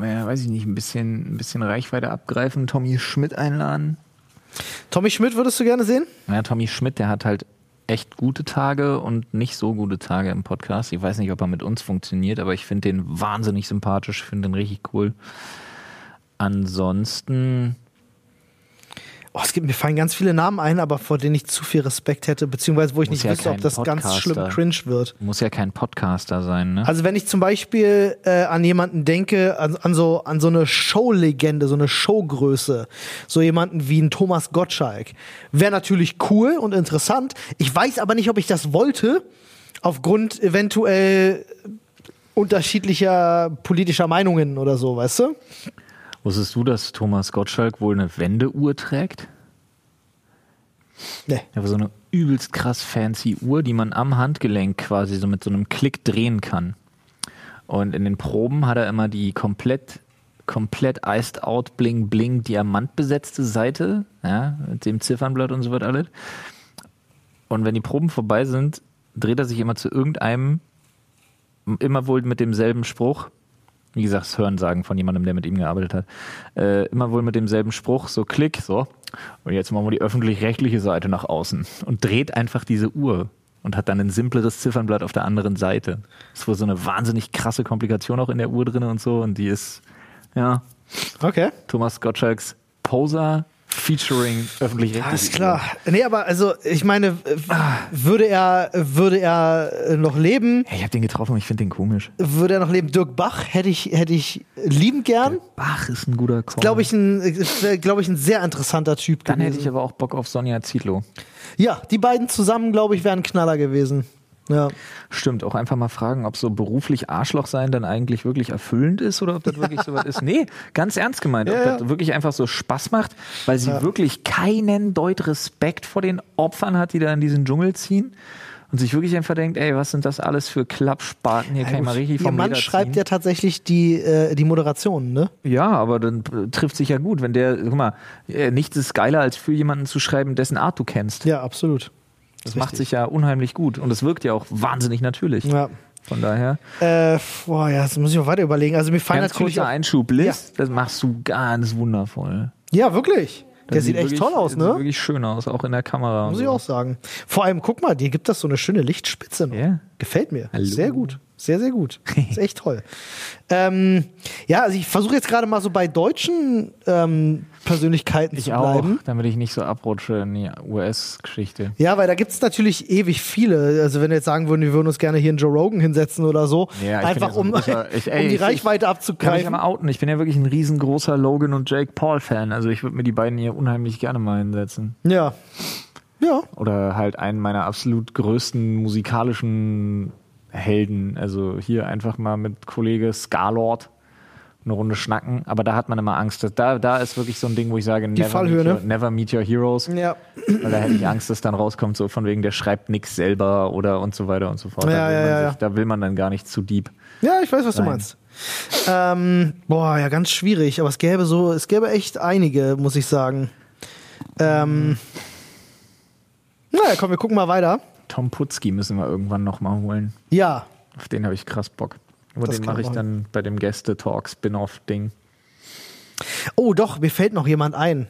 ja, weiß ich nicht, ein bisschen, ein bisschen Reichweite abgreifen, Tommy Schmidt einladen.
Tommy Schmidt würdest du gerne sehen?
Ja, Tommy Schmidt, der hat halt echt gute Tage und nicht so gute Tage im Podcast. Ich weiß nicht, ob er mit uns funktioniert, aber ich finde den wahnsinnig sympathisch, finde den richtig cool. Ansonsten,
Oh, es gibt mir fallen ganz viele Namen ein, aber vor denen ich zu viel Respekt hätte, beziehungsweise wo ich
Muss
nicht
ja
wüsste, ob
kein
das ganz
Podcaster.
schlimm cringe wird.
Muss ja kein Podcaster sein, ne?
Also wenn ich zum Beispiel äh, an jemanden denke, an, an so an so eine Showlegende, so eine Showgröße, so jemanden wie ein Thomas Gottschalk, wäre natürlich cool und interessant. Ich weiß aber nicht, ob ich das wollte, aufgrund eventuell unterschiedlicher politischer Meinungen oder so, weißt du?
Wusstest du, dass Thomas Gottschalk wohl eine Wendeuhr trägt?
Nee.
Ja, aber so eine übelst krass fancy Uhr, die man am Handgelenk quasi so mit so einem Klick drehen kann. Und in den Proben hat er immer die komplett, komplett iced out, bling, bling, diamantbesetzte Seite, ja, mit dem Ziffernblatt und so was alles. Und wenn die Proben vorbei sind, dreht er sich immer zu irgendeinem, immer wohl mit demselben Spruch, wie gesagt, das Hörensagen von jemandem, der mit ihm gearbeitet hat, äh, immer wohl mit demselben Spruch, so klick, so. Und jetzt machen wir die öffentlich-rechtliche Seite nach außen und dreht einfach diese Uhr und hat dann ein simpleres Ziffernblatt auf der anderen Seite. Es war so eine wahnsinnig krasse Komplikation auch in der Uhr drin und so und die ist, ja,
Okay.
Thomas Gottschalks Poser featuring öffentlich-rechtliche.
Alles klar. Nee, aber also, ich meine, w- würde er, würde er äh, noch leben,
Hey, ich habe den getroffen und ich finde den komisch.
würde er noch leben, Dirk Bach hätte ich, hätte ich lieben gern.
Bach ist ein guter Call.
Glaube ich, ein, äh, glaube ich, ein sehr interessanter Typ
Dann hätte
gewesen.
ich aber auch Bock auf Sonja Zietlow.
Ja, die beiden zusammen, glaube ich, wären Knaller gewesen. Ja.
Stimmt, auch einfach mal fragen, ob so beruflich Arschloch sein dann eigentlich wirklich erfüllend ist oder ob das wirklich so was ist. Nee, ganz ernst gemeint, ob
Ja, ja.
das wirklich einfach so Spaß macht, weil sie wirklich keinen Deut Respekt vor den Opfern hat, die da in diesen Dschungel ziehen und sich wirklich einfach denkt, ey, was sind das alles für Klappspaten, hier kann ich mal richtig
Ihr
vom
Mann
Leder
schreibt
ziehen.
ja tatsächlich die, äh, die Moderation, ne?
Ja, aber dann äh, trifft sich ja gut, wenn der, guck mal, äh, nichts ist geiler, als für jemanden zu schreiben, dessen Art du kennst.
Ja, absolut.
das macht sich ja unheimlich gut und es wirkt ja auch wahnsinnig natürlich.
Ja.
Von daher.
Äh, boah, ja, das muss ich auch weiter überlegen. Also mir fallen
Ganz
natürlich.
kurzer
Auch,
Einschub, Liz. Das machst du ganz wundervoll.
ja, wirklich. Der
Das
sieht, echt
wirklich-
toll aus,
das Sieht
ne?
wirklich schön aus, auch in der Kamera. und
Muss ich
so.
auch sagen. Vor allem, guck mal, dir gibt das so eine schöne Lichtspitze. noch.
Ja.
Gefällt mir.
Hallo.
Sehr gut. Sehr, sehr gut. Ist echt toll. Ähm, ja, also ich versuche jetzt gerade mal so bei deutschen ähm, Persönlichkeiten zu
Ich auch,
bleiben.
damit ich nicht so abrutsche in die US-Geschichte.
Ja, weil da gibt's natürlich ewig viele. Also wenn wir jetzt sagen würden, wir würden uns gerne hier einen Joe Rogan hinsetzen oder so,
Ja, ich bin
einfach
ja so ein
um,
großer- ich- ey,
um die
ich-
Reichweite
Kann ich ja
abzugreifen.
mal outen. Ich bin ja wirklich ein riesengroßer Logan und Jake Paul-Fan. Also ich würde mir die beiden hier unheimlich gerne mal hinsetzen.
Ja. Ja.
Oder halt einen meiner absolut größten musikalischen Helden. Also hier einfach mal mit Kollege Scarlord eine Runde schnacken. Aber da hat man immer Angst. dass- Da, da ist wirklich so ein Ding, wo ich sage, never,
Fallhöhe,
meet your,
ne?
never meet your heroes.
Ja.
Weil da hätte ich Angst, dass dann rauskommt, so von wegen, der schreibt nichts selber oder und so weiter und so fort.
Ja,
da, will
ja,
man
ja,
sich, da will man dann gar nicht zu deep.
Ja, ich weiß, was du meinst. Ähm, boah, ja, ganz schwierig, aber es gäbe so, es gäbe echt einige, muss ich sagen. Ähm, naja, komm, wir gucken mal weiter.
Tom Putzki müssen wir irgendwann nochmal holen.
Ja,
Auf den habe ich krass Bock. Aber
Das
den
kann
mache ich
man.
dann bei dem Gäste-Talk-Spin-Off-Ding.
Oh, doch, mir fällt noch jemand ein.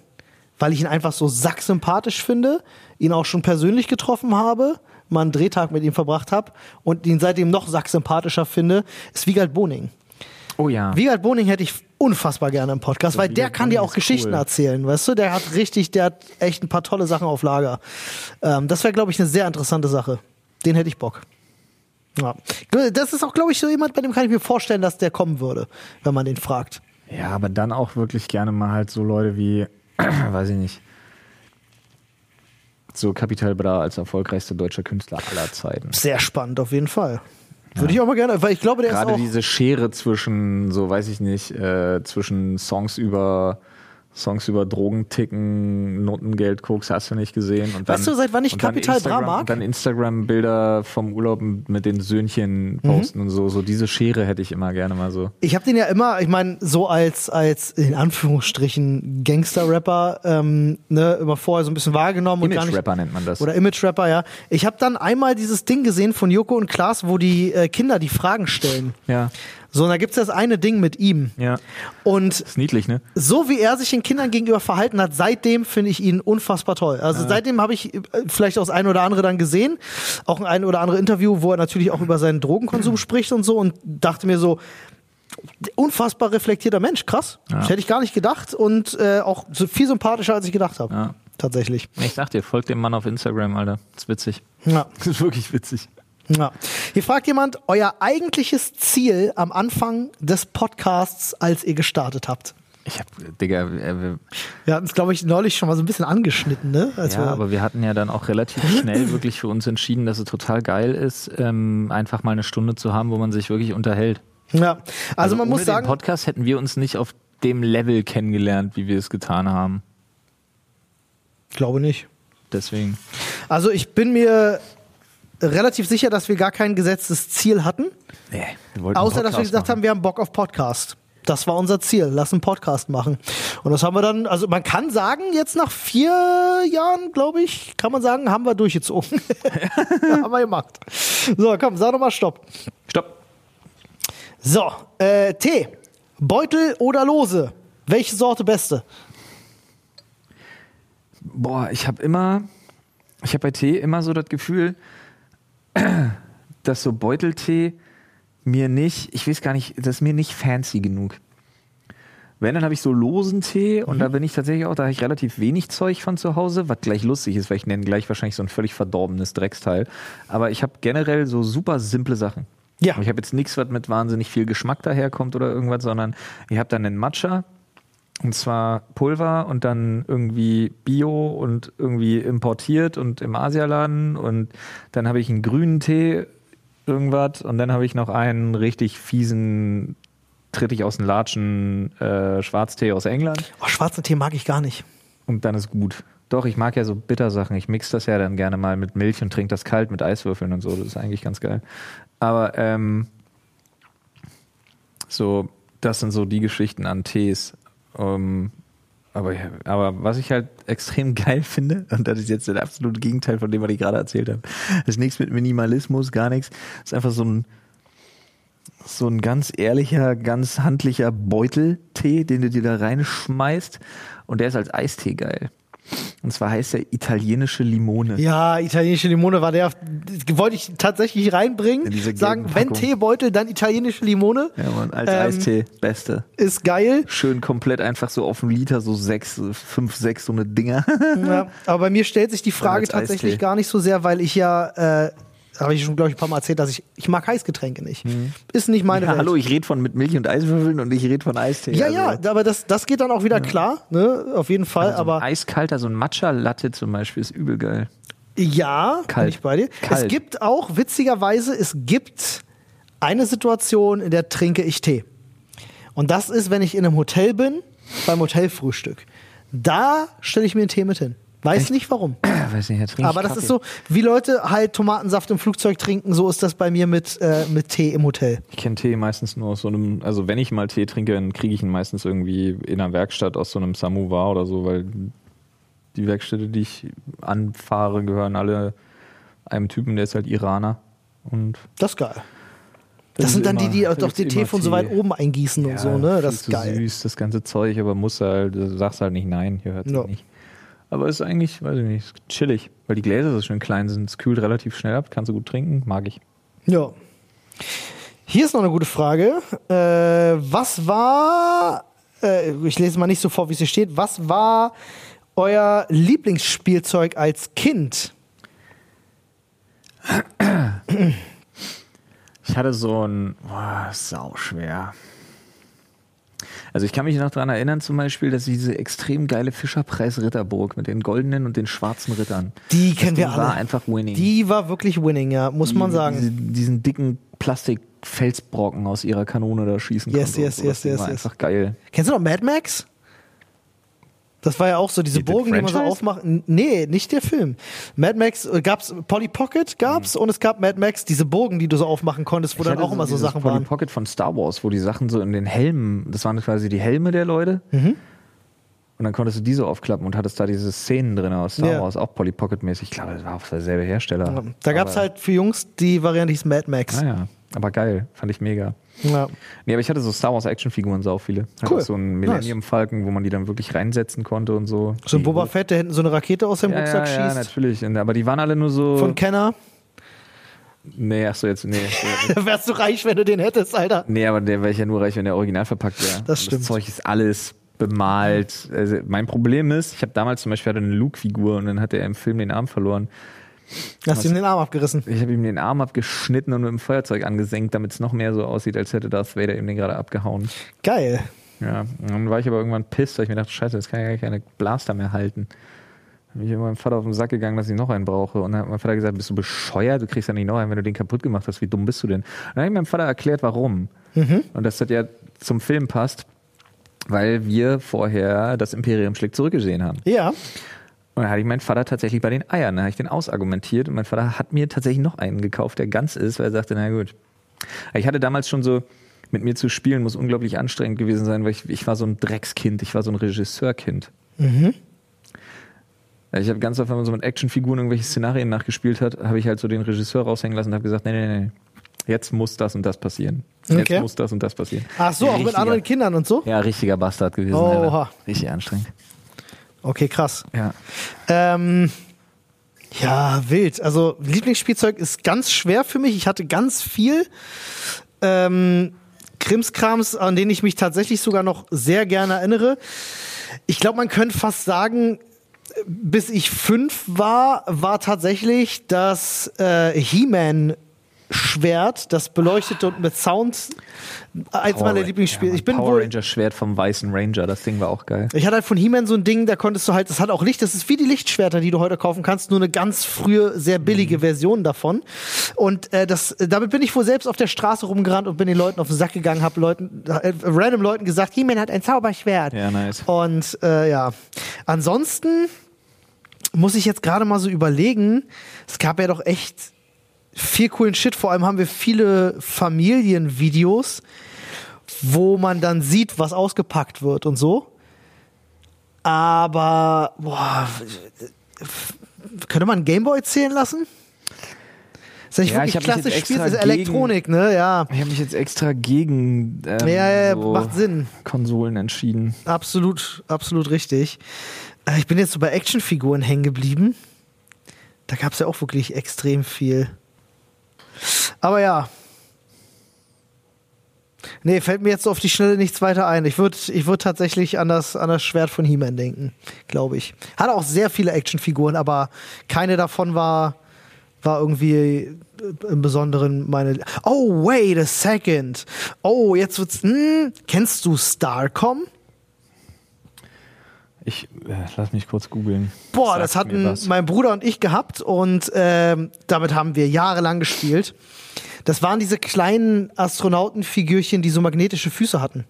Weil ich ihn einfach so sacksympathisch finde, ihn auch schon persönlich getroffen habe, mal einen Drehtag mit ihm verbracht habe und ihn seitdem noch sacksympathischer finde, ist Wiegald Boning.
Oh ja.
Wiegald Boning hätte ich unfassbar gerne im Podcast, weil der
Wiegald
kann dir
Boning
auch
ist
Geschichten
cool.
erzählen, weißt du? Der hat richtig, der hat echt ein paar tolle Sachen auf Lager. Ähm, das wäre, glaube ich, eine sehr interessante Sache. Den hätte ich Bock. Ja. Das ist auch, glaube ich, so jemand, bei dem kann ich mir vorstellen, dass der kommen würde, wenn man den fragt.
Ja, aber dann auch wirklich gerne mal halt so Leute wie, weiß ich nicht, so Capital Bra als erfolgreichster deutscher Künstler aller Zeiten.
sehr spannend auf jeden Fall. Würde ich auch mal gerne, weil ich glaube, der
Gerade
ist auch.
diese Schere zwischen, so weiß ich nicht, äh, zwischen Songs über Songs über Drogenticken, Notengeld, Koks, hast du nicht gesehen. Und dann,
Weißt du, seit wann ich
und dann
Capital Bra
Instagram-
mag?
Und dann Instagram-Bilder vom Urlaub mit den
Mhm.
Söhnchen posten und so. So diese Schere hätte ich immer gerne mal so.
ich habe den ja immer, ich meine, so als als in Anführungsstrichen Gangster-Rapper ähm, ne, immer vorher so ein bisschen wahrgenommen und gar nicht.
Image-Rapper nennt man das.
Oder Image-Rapper, ja. Ich habe dann einmal dieses Ding gesehen von Joko und Klaas, wo die äh, Kinder die Fragen stellen.
ja.
So, und da gibt's das eine Ding mit ihm.
Ja.
Und
Ist niedlich, ne?
so wie er sich den Kindern gegenüber verhalten hat, seitdem finde ich ihn unfassbar toll. Also seitdem habe ich äh, vielleicht auch das ein oder andere dann gesehen, auch ein ein oder andere Interview, wo er natürlich auch über seinen Drogenkonsum spricht und so und dachte mir so, unfassbar reflektierter Mensch, krass. Das hätte ich gar nicht gedacht und äh, auch so viel sympathischer, als ich gedacht habe.
Ja.
Tatsächlich.
Ich sag dir, folgt dem Mann auf Instagram, Alter. Ist witzig.
Ja.
Ist wirklich witzig.
Ja. Hier fragt jemand, euer eigentliches Ziel am Anfang des Podcasts, als ihr gestartet habt.
Ich hab, Digga, äh, wir-
Wir hatten es, glaube ich, neulich schon mal so ein bisschen angeschnitten, ne? Als
Ja,
wir-
aber wir hatten ja dann auch relativ schnell wirklich für uns entschieden, dass es total geil ist, ähm, einfach mal eine Stunde zu haben, wo man sich wirklich unterhält.
ja. Also, man
ohne
muss sagen,
Den Podcast hätten wir uns nicht auf dem Level kennengelernt, wie wir es getan haben.
Ich glaube nicht.
Deswegen.
Also ich bin mir relativ sicher, dass wir gar kein gesetztes Ziel hatten,
Nee, wir wollten
außer
einen
dass wir
Podcast
gesagt
machen.
haben, wir haben Bock auf Podcast. Das war unser Ziel. Lass einen Podcast machen. Und das haben wir dann, also man kann sagen, jetzt nach vier Jahren, glaube ich, kann man sagen, haben wir durchgezogen. haben wir gemacht. So, komm, sag doch mal Stopp.
Stopp.
So, äh, Tee. Beutel oder Lose? Welche Sorte beste?
Boah, ich habe immer, ich habe bei Tee immer so das Gefühl, dass so Beuteltee mir nicht, ich weiß gar nicht, das ist mir nicht fancy genug. Wenn, dann habe ich so losen Tee und da bin ich tatsächlich auch, da habe ich relativ wenig Zeug von zu Hause, was gleich lustig ist, weil ich nenne gleich wahrscheinlich so ein völlig verdorbenes Drecksteil. Aber ich habe generell so super simple Sachen.
Ja.
Ich habe jetzt nichts, was mit wahnsinnig viel Geschmack daherkommt oder irgendwas, sondern ich habe dann einen Matcha, und zwar Pulver und dann irgendwie Bio und irgendwie importiert und im Asialaden. Und dann habe ich einen grünen Tee, irgendwas. Und dann habe ich noch einen richtig fiesen, trittig aus den Latschen äh, Schwarztee aus England.
Oh, schwarzen Tee mag ich gar nicht.
Und dann ist gut. Doch, ich mag ja so Bittersachen. Ich mix das ja dann gerne mal mit Milch und trinke das kalt mit Eiswürfeln und so. Das ist eigentlich ganz geil. Aber ähm, so, das sind so die Geschichten an Tees. Ähm, aber, aber was ich halt extrem geil finde, und das ist jetzt das absolute Gegenteil von dem, was ich gerade erzählt habe, ist nichts mit Minimalismus, gar nichts. Ist einfach so ein, so ein ganz ehrlicher, ganz handlicher Beuteltee, den du dir da reinschmeißt. Und der ist als Eistee geil. Und zwar heißt er italienische Limone.
Ja, italienische Limone war der, wollte ich tatsächlich
In
reinbringen.
diese
Sagen, wenn
Gegenpackung.
Teebeutel, dann italienische Limone.
Ja, Mann, als
Ähm,
Eistee, beste.
Ist geil.
Schön komplett einfach so auf einen Liter, so sechs, fünf, sechs so eine Dinger.
Ja, aber bei mir stellt sich die Frage
als
tatsächlich
Eistee.
gar nicht so sehr, weil ich ja, äh, habe ich schon, glaube ich, ein paar Mal erzählt, dass ich, ich mag Heißgetränke nicht. Ist nicht meine
Mhm. Ja,
Welt.
hallo, ich rede von mit Milch und Eiswürfeln und ich rede von Eistee.
Ja,
also.
ja, aber das, das geht dann auch wieder klar, ne? Auf jeden Fall.
So ein
aber
eiskalter, so ein Matcha-Latte zum Beispiel ist übel geil.
ja,
Kalt.
bin ich bei dir.
Kalt.
Es gibt auch, witzigerweise, es gibt eine Situation, in der trinke ich Tee. Und das ist, wenn ich in einem Hotel bin, beim Hotelfrühstück. Da stelle ich mir einen Tee mit hin. Weiß nicht warum.
weiß nicht, jetzt
Aber das ist so, wie Leute halt Tomatensaft im Flugzeug trinken, so ist das bei mir mit, äh, mit Tee im Hotel.
Ich kenne Tee meistens nur aus so einem, also wenn ich mal Tee trinke, dann kriege ich ihn meistens irgendwie in einer Werkstatt aus so einem Samovar oder so, weil die Werkstätte, die ich anfahre, gehören alle einem Typen, der ist halt Iraner. Und
Das ist geil. Das sind dann die, die auch doch den Tee von so weit oben eingießen und so, ne? Das ist
viel zu
geil.
süß, das ganze Zeug, aber muss halt, du sagst halt nicht nein, hier hört
No.
sich nicht. Aber ist eigentlich, weiß ich nicht, ist chillig, weil die Gläser so schön klein sind, es kühlt relativ schnell ab, kannst du gut trinken, mag ich.
Ja. Hier ist noch eine gute Frage. Äh, was war, äh, ich lese mal nicht so vor, wie es hier steht, was war euer Lieblingsspielzeug als Kind?
Ich hatte so ein, boah, sau schwer. Also ich kann mich noch daran erinnern zum Beispiel, dass ich diese extrem geile Fischerpreis Ritterburg mit den goldenen und den schwarzen Rittern.
Die kennen wir
Ding war
alle.
einfach winning.
Die war wirklich winning, ja, muss man
Die-
sagen.
Diese, diesen dicken Plastikfelsbrocken aus ihrer Kanone da schießen
Yes,
konnte. und
yes,
sowas.
yes,
Die
yes,
war
yes.
einfach geil.
Kennst du noch Mad Max? Das war ja auch so, diese
Die- das
Burgen, die man so
Franchise?
aufmacht. N- Nee, nicht der Film. Mad Max äh, gab's, Polly Pocket gab's und es gab Mad Max, diese Burgen, die du so aufmachen konntest, wo
Hm. Ich
dann
hatte
auch immer so
dieses
Sachen
Polly
waren.
Pocket von Star Wars, wo die Sachen so in den Helmen, das waren quasi die Helme der Leute.
Mhm.
Und dann konntest du die so aufklappen und hattest da diese Szenen drin aus Star
Ja.
Wars, auch Polly Pocket mäßig. Ich glaube, das war auch derselbe Hersteller.
Da gab's
Aber-
halt für Jungs die Variante, die hieß Mad Max.
Naja, aber geil, fand ich mega.
Ja.
Nee, aber ich hatte so Star Wars Actionfiguren, sau viele. Hatte
Cool.
auch so einen Millennium Falcon, wo man die dann wirklich reinsetzen konnte und so.
So ein
Die-
Boba Fett, der hinten so eine Rakete aus dem
ja,
Rucksack
ja, ja,
schießt.
natürlich. Und- Aber die waren alle nur so.
Von Kenner.
nee, ach so jetzt, nee.
Da wärst du reich, wenn du den hättest, Alter.
nee, aber der wäre ich ja nur reich, wenn der original verpackt wäre. Und
stimmt.
Das Zeug ist alles bemalt. Also mein Problem ist, ich habe damals zum Beispiel hatte eine Luke-Figur und dann hat er im Film den Arm verloren.
Hast ihm den Arm abgerissen.
Ich habe ihm den Arm abgeschnitten und mit dem Feuerzeug angesenkt, damit es noch mehr so aussieht, als hätte Darth Vader ihm den gerade abgehauen.
Geil.
Ja, und dann war ich aber irgendwann pisst, weil ich mir dachte, scheiße, jetzt kann ich ja keine Blaster mehr halten. Dann bin ich mit meinem Vater auf den Sack gegangen, dass ich noch einen brauche. Und dann hat mein Vater gesagt, bist du bescheuert? Du kriegst ja nicht noch einen, wenn du den kaputt gemacht hast. Wie dumm bist du denn? Und dann habe ich meinem Vater erklärt, warum. Und dass das ja zum Film passt, weil wir vorher das Imperium schlägt zurückgesehen haben.
Ja.
Und Und dann hatte ich meinen Vater tatsächlich bei den Eiern. Dann habe ich den ausargumentiert und mein Vater hat mir tatsächlich noch einen gekauft, der ganz ist, weil er sagte, na gut. Ich hatte damals schon so, mit mir zu spielen muss unglaublich anstrengend gewesen sein, weil ich, ich war so ein Dreckskind, ich war so ein Regisseurkind.
Mhm.
Ich habe ganz oft, wenn man so mit Actionfiguren irgendwelche Szenarien nachgespielt hat, habe ich halt so den Regisseur raushängen lassen und habe gesagt, nee, nee, nee, jetzt muss das und das passieren. Jetzt
Okay. Ah.
muss das und das passieren.
Ach so, auch mit
Richtiger-
anderen Kindern und so?
Ja, richtiger Bastard gewesen.
Oha.
Alter. Richtig anstrengend.
Okay, krass.
Ja.
Ähm, ja, wild. Also Lieblingsspielzeug ist ganz schwer für mich. Ich hatte ganz viel ähm, Krimskrams, an den ich mich tatsächlich sogar noch sehr gerne erinnere. Ich glaube, man könnte fast sagen, bis ich fünf war, war tatsächlich das äh, He-Man. Schwert, das beleuchtete und mit Sound eins meiner
Oh, Ja,
Lieblingsspiele.
Mann,
ich bin
Power
wohl
Ranger Schwert vom Weißen Ranger, das Ding war auch geil.
ich hatte halt von He-Man so ein Ding, da konntest du halt, das hat auch Licht, das ist wie die Lichtschwerter, die du heute kaufen kannst, nur eine ganz frühe, sehr billige
Mhm.
Version davon. Und äh, das, damit bin ich wohl selbst auf der Straße rumgerannt und bin den Leuten auf den Sack gegangen, hab Leuten, äh, random Leuten gesagt, He-Man hat ein Zauberschwert.
Ja, nice.
Und äh, ja, ansonsten muss ich jetzt gerade mal so überlegen, es gab ja doch echt viel coolen Shit, vor allem haben wir viele Familienvideos, wo man dann sieht, was ausgepackt wird und so. Aber, boah, f- könnte man Gameboy zählen lassen? Ist ja nicht
Ja, ich
wirklich
hab mich jetzt
klassisch Spiel,
extra
ist Elektronik, ne? Ja,
Ich habe mich jetzt extra gegen ähm,
Ja, ja, macht Sinn.
Konsolen entschieden.
absolut, absolut richtig. Äh, Ich bin jetzt so bei Actionfiguren hängen geblieben. Da gab es ja auch wirklich extrem viel. Aber ja. Nee, fällt mir jetzt so auf die Schnelle nichts weiter ein. Ich würde ich würd tatsächlich an das, an das Schwert von He-Man denken, glaube ich. Hatte auch sehr viele Actionfiguren, aber keine davon war, war irgendwie äh, im Besonderen meine. Oh, wait a second. Oh, jetzt wird's. Hm, kennst du Starcom?
Ich äh, lass mich kurz googeln.
Boah,
Sagt
das
mir
hatten
was.
mein Bruder und ich gehabt und ähm, damit haben wir jahrelang gespielt. Das waren diese kleinen Astronautenfigürchen, die so magnetische Füße hatten.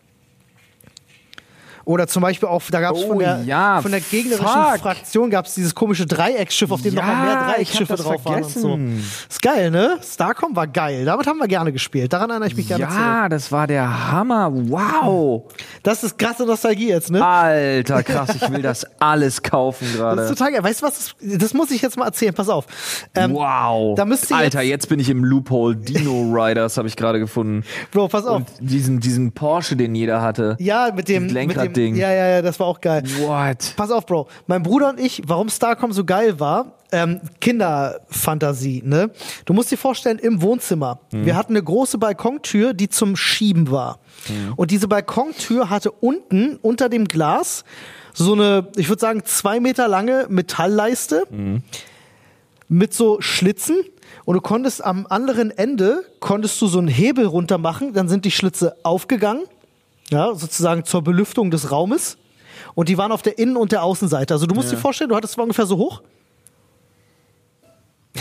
Oder zum Beispiel auch, da gab es
Oh
von, der,
ja,
von der gegnerischen
fuck.
Fraktion gab es dieses komische Dreieckschiff, auf dem
Ja,
nochmal mehr
ich hab
Dreiecksschiffe
das
drauf waren und so.
vergessen.
Ist geil, ne? Starcom war geil. Damit haben wir gerne gespielt. Daran erinnere ich mich gerne zurück.
Ja, das war der Hammer. Wow.
Das ist krasse Nostalgie jetzt, ne?
Alter, krass, ich will das alles kaufen
Das ist
gerade.
total geil. Weißt du was? Das, das muss ich jetzt mal erzählen. Pass auf. Ähm,
wow.
da müsst ihr
Alter,
jetzt-
jetzt, bin ich im Loophole. Dino Riders habe ich gerade gefunden.
Bro, pass auf.
Und diesen, diesen Porsche, den jeder hatte.
Ja, mit
Dieses
dem, mit dem
Lenkradding.
Ja, ja, ja, das war auch geil.
What?
Pass auf, Bro. Mein Bruder und ich, warum Starcom so geil war, ähm, Kinderfantasie, ne? Du musst dir vorstellen, im Wohnzimmer.
Mhm.
Wir hatten eine große Balkontür, die zum Schieben war.
Mhm.
Und diese Balkontür hatte unten unter dem Glas so eine, ich würde sagen, zwei Meter lange Metallleiste mit so Schlitzen. Und du konntest am anderen Ende, konntest du so einen Hebel runter machen, dann sind die Schlitze aufgegangen ja, sozusagen zur Belüftung des Raumes. Und die waren auf der Innen- und der Außenseite. Also du musst dir vorstellen, du hattest war ungefähr so hoch.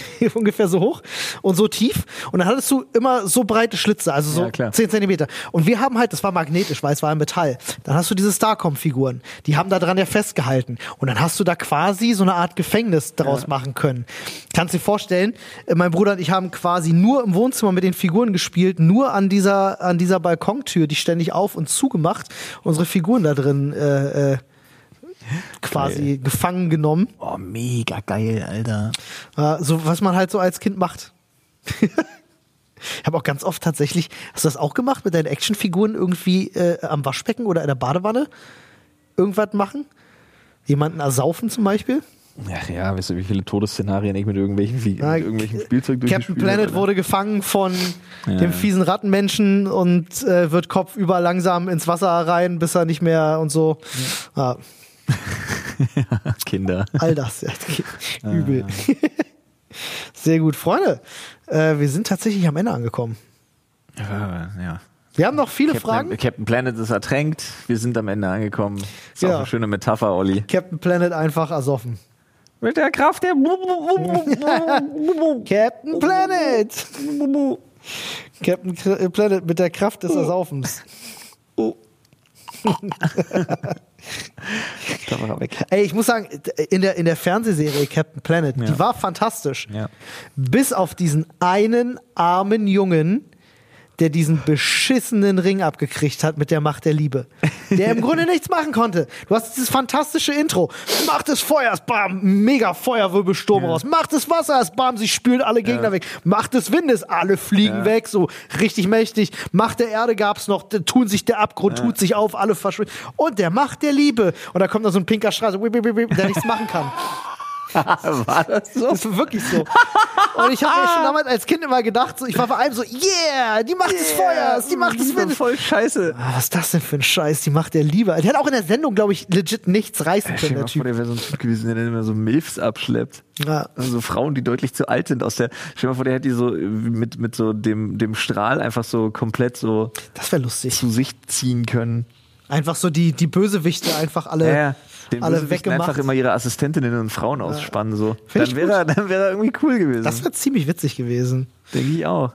ungefähr so hoch und so tief. Und dann hattest du immer so breite Schlitze, also so
Ja, klar.
10 Zentimeter. Und wir haben halt, das war magnetisch, weil es war ein Metall. Dann hast du diese Starcom-Figuren. Die haben da dran ja festgehalten. Und dann hast du da quasi so eine Art Gefängnis draus machen können. Kannst dir vorstellen, äh, mein Bruder und ich haben quasi nur im Wohnzimmer mit den Figuren gespielt, nur an dieser, an dieser Balkontür, die ständig auf und zugemacht, unsere Figuren da drin äh, äh, quasi gefangen genommen.
Oh, mega geil, Alter.
Äh, so was man halt so als Kind macht. ich habe auch ganz oft tatsächlich, hast du das auch gemacht mit deinen Actionfiguren irgendwie äh, am Waschbecken oder in der Badewanne irgendwas machen? Jemanden ersaufen zum Beispiel?
Ach ja, weißt du, wie viele Todesszenarien ich mit irgendwelchen, Vie-
Ja,
mit irgendwelchen Spielzeug
Captain
durchgespielt
Planet
habe.
wurde gefangen von dem fiesen Rattenmenschen und äh, wird Kopf über langsam ins Wasser rein, bis er nicht mehr und so. Ah,
Kinder.
all das.
Ah.
Übel. Sehr gut, Freunde. Äh, wir sind tatsächlich am Ende angekommen.
Ja.
Wir haben noch viele Fragen.
Captain, Captain Planet ist ertränkt. Wir sind am Ende angekommen. Ist
Ja.
auch eine schöne Metapher, Olli.
Captain Planet einfach ersoffen.
Mit der Kraft der.
Captain Planet! Captain Kr- äh, Planet mit der Kraft des Ersaufens.
Da war er weg.
Ey, ich muss sagen, in der, in der Fernsehserie Captain Planet, die war fantastisch.
Ja.
Bis auf diesen einen armen Jungen, der diesen beschissenen Ring abgekriegt hat mit der Macht der Liebe. Der im Grunde nichts machen konnte. Du hast dieses fantastische Intro. Macht des Feuers, bam, mega Feuerwirbelsturm raus. Macht des Wassers, bam, sie spülen alle Gegner weg. Macht des Windes, alle fliegen weg, so richtig mächtig. Macht der Erde gab's noch, t- tun sich der Abgrund, tut sich auf, alle verschwinden. Und der Macht der Liebe. Und da kommt da so ein pinker Straße, whip, whip, whip, whip, der nichts machen kann.
Ah, War das so?
Das war wirklich so. Und ich habe mir schon damals als Kind immer gedacht, so, ich war vor allem so, yeah, die Macht des Feuers, die Macht des
Liebe,
Windes.
voll scheiße.
Ah, was ist das denn für ein Scheiß? Die macht der lieber. Der hat auch in der Sendung, glaube ich, legit nichts reißen
Stell
können,
dir mal vor,
der Typ.
der wäre so ein Typ gewesen, der dann immer so Milfs abschleppt.
Ja.
Also so Frauen, die deutlich zu alt sind aus der. Stell dir mal vor, der hätte die so äh, mit, mit so dem, dem Strahl einfach so komplett so
Das wäre lustig.
zu sich ziehen können.
Einfach so die, die Bösewichte einfach alle,
Den
alle
Bösewichten
weggemacht.
einfach immer ihre Assistentinnen und Frauen ausspannen. So.
Find ich
Dann wäre er, dann wäre er irgendwie cool gewesen.
Das wäre ziemlich witzig gewesen.
denke ich auch.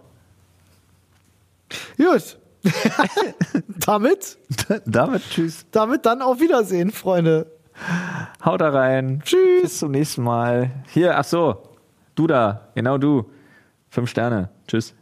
Gut. damit,
Damit tschüss.
damit dann auf Wiedersehen, Freunde.
Haut da rein.
Tschüss.
Bis zum nächsten Mal. Hier, ach so. Du da. Genau du. Fünf Sterne. Tschüss.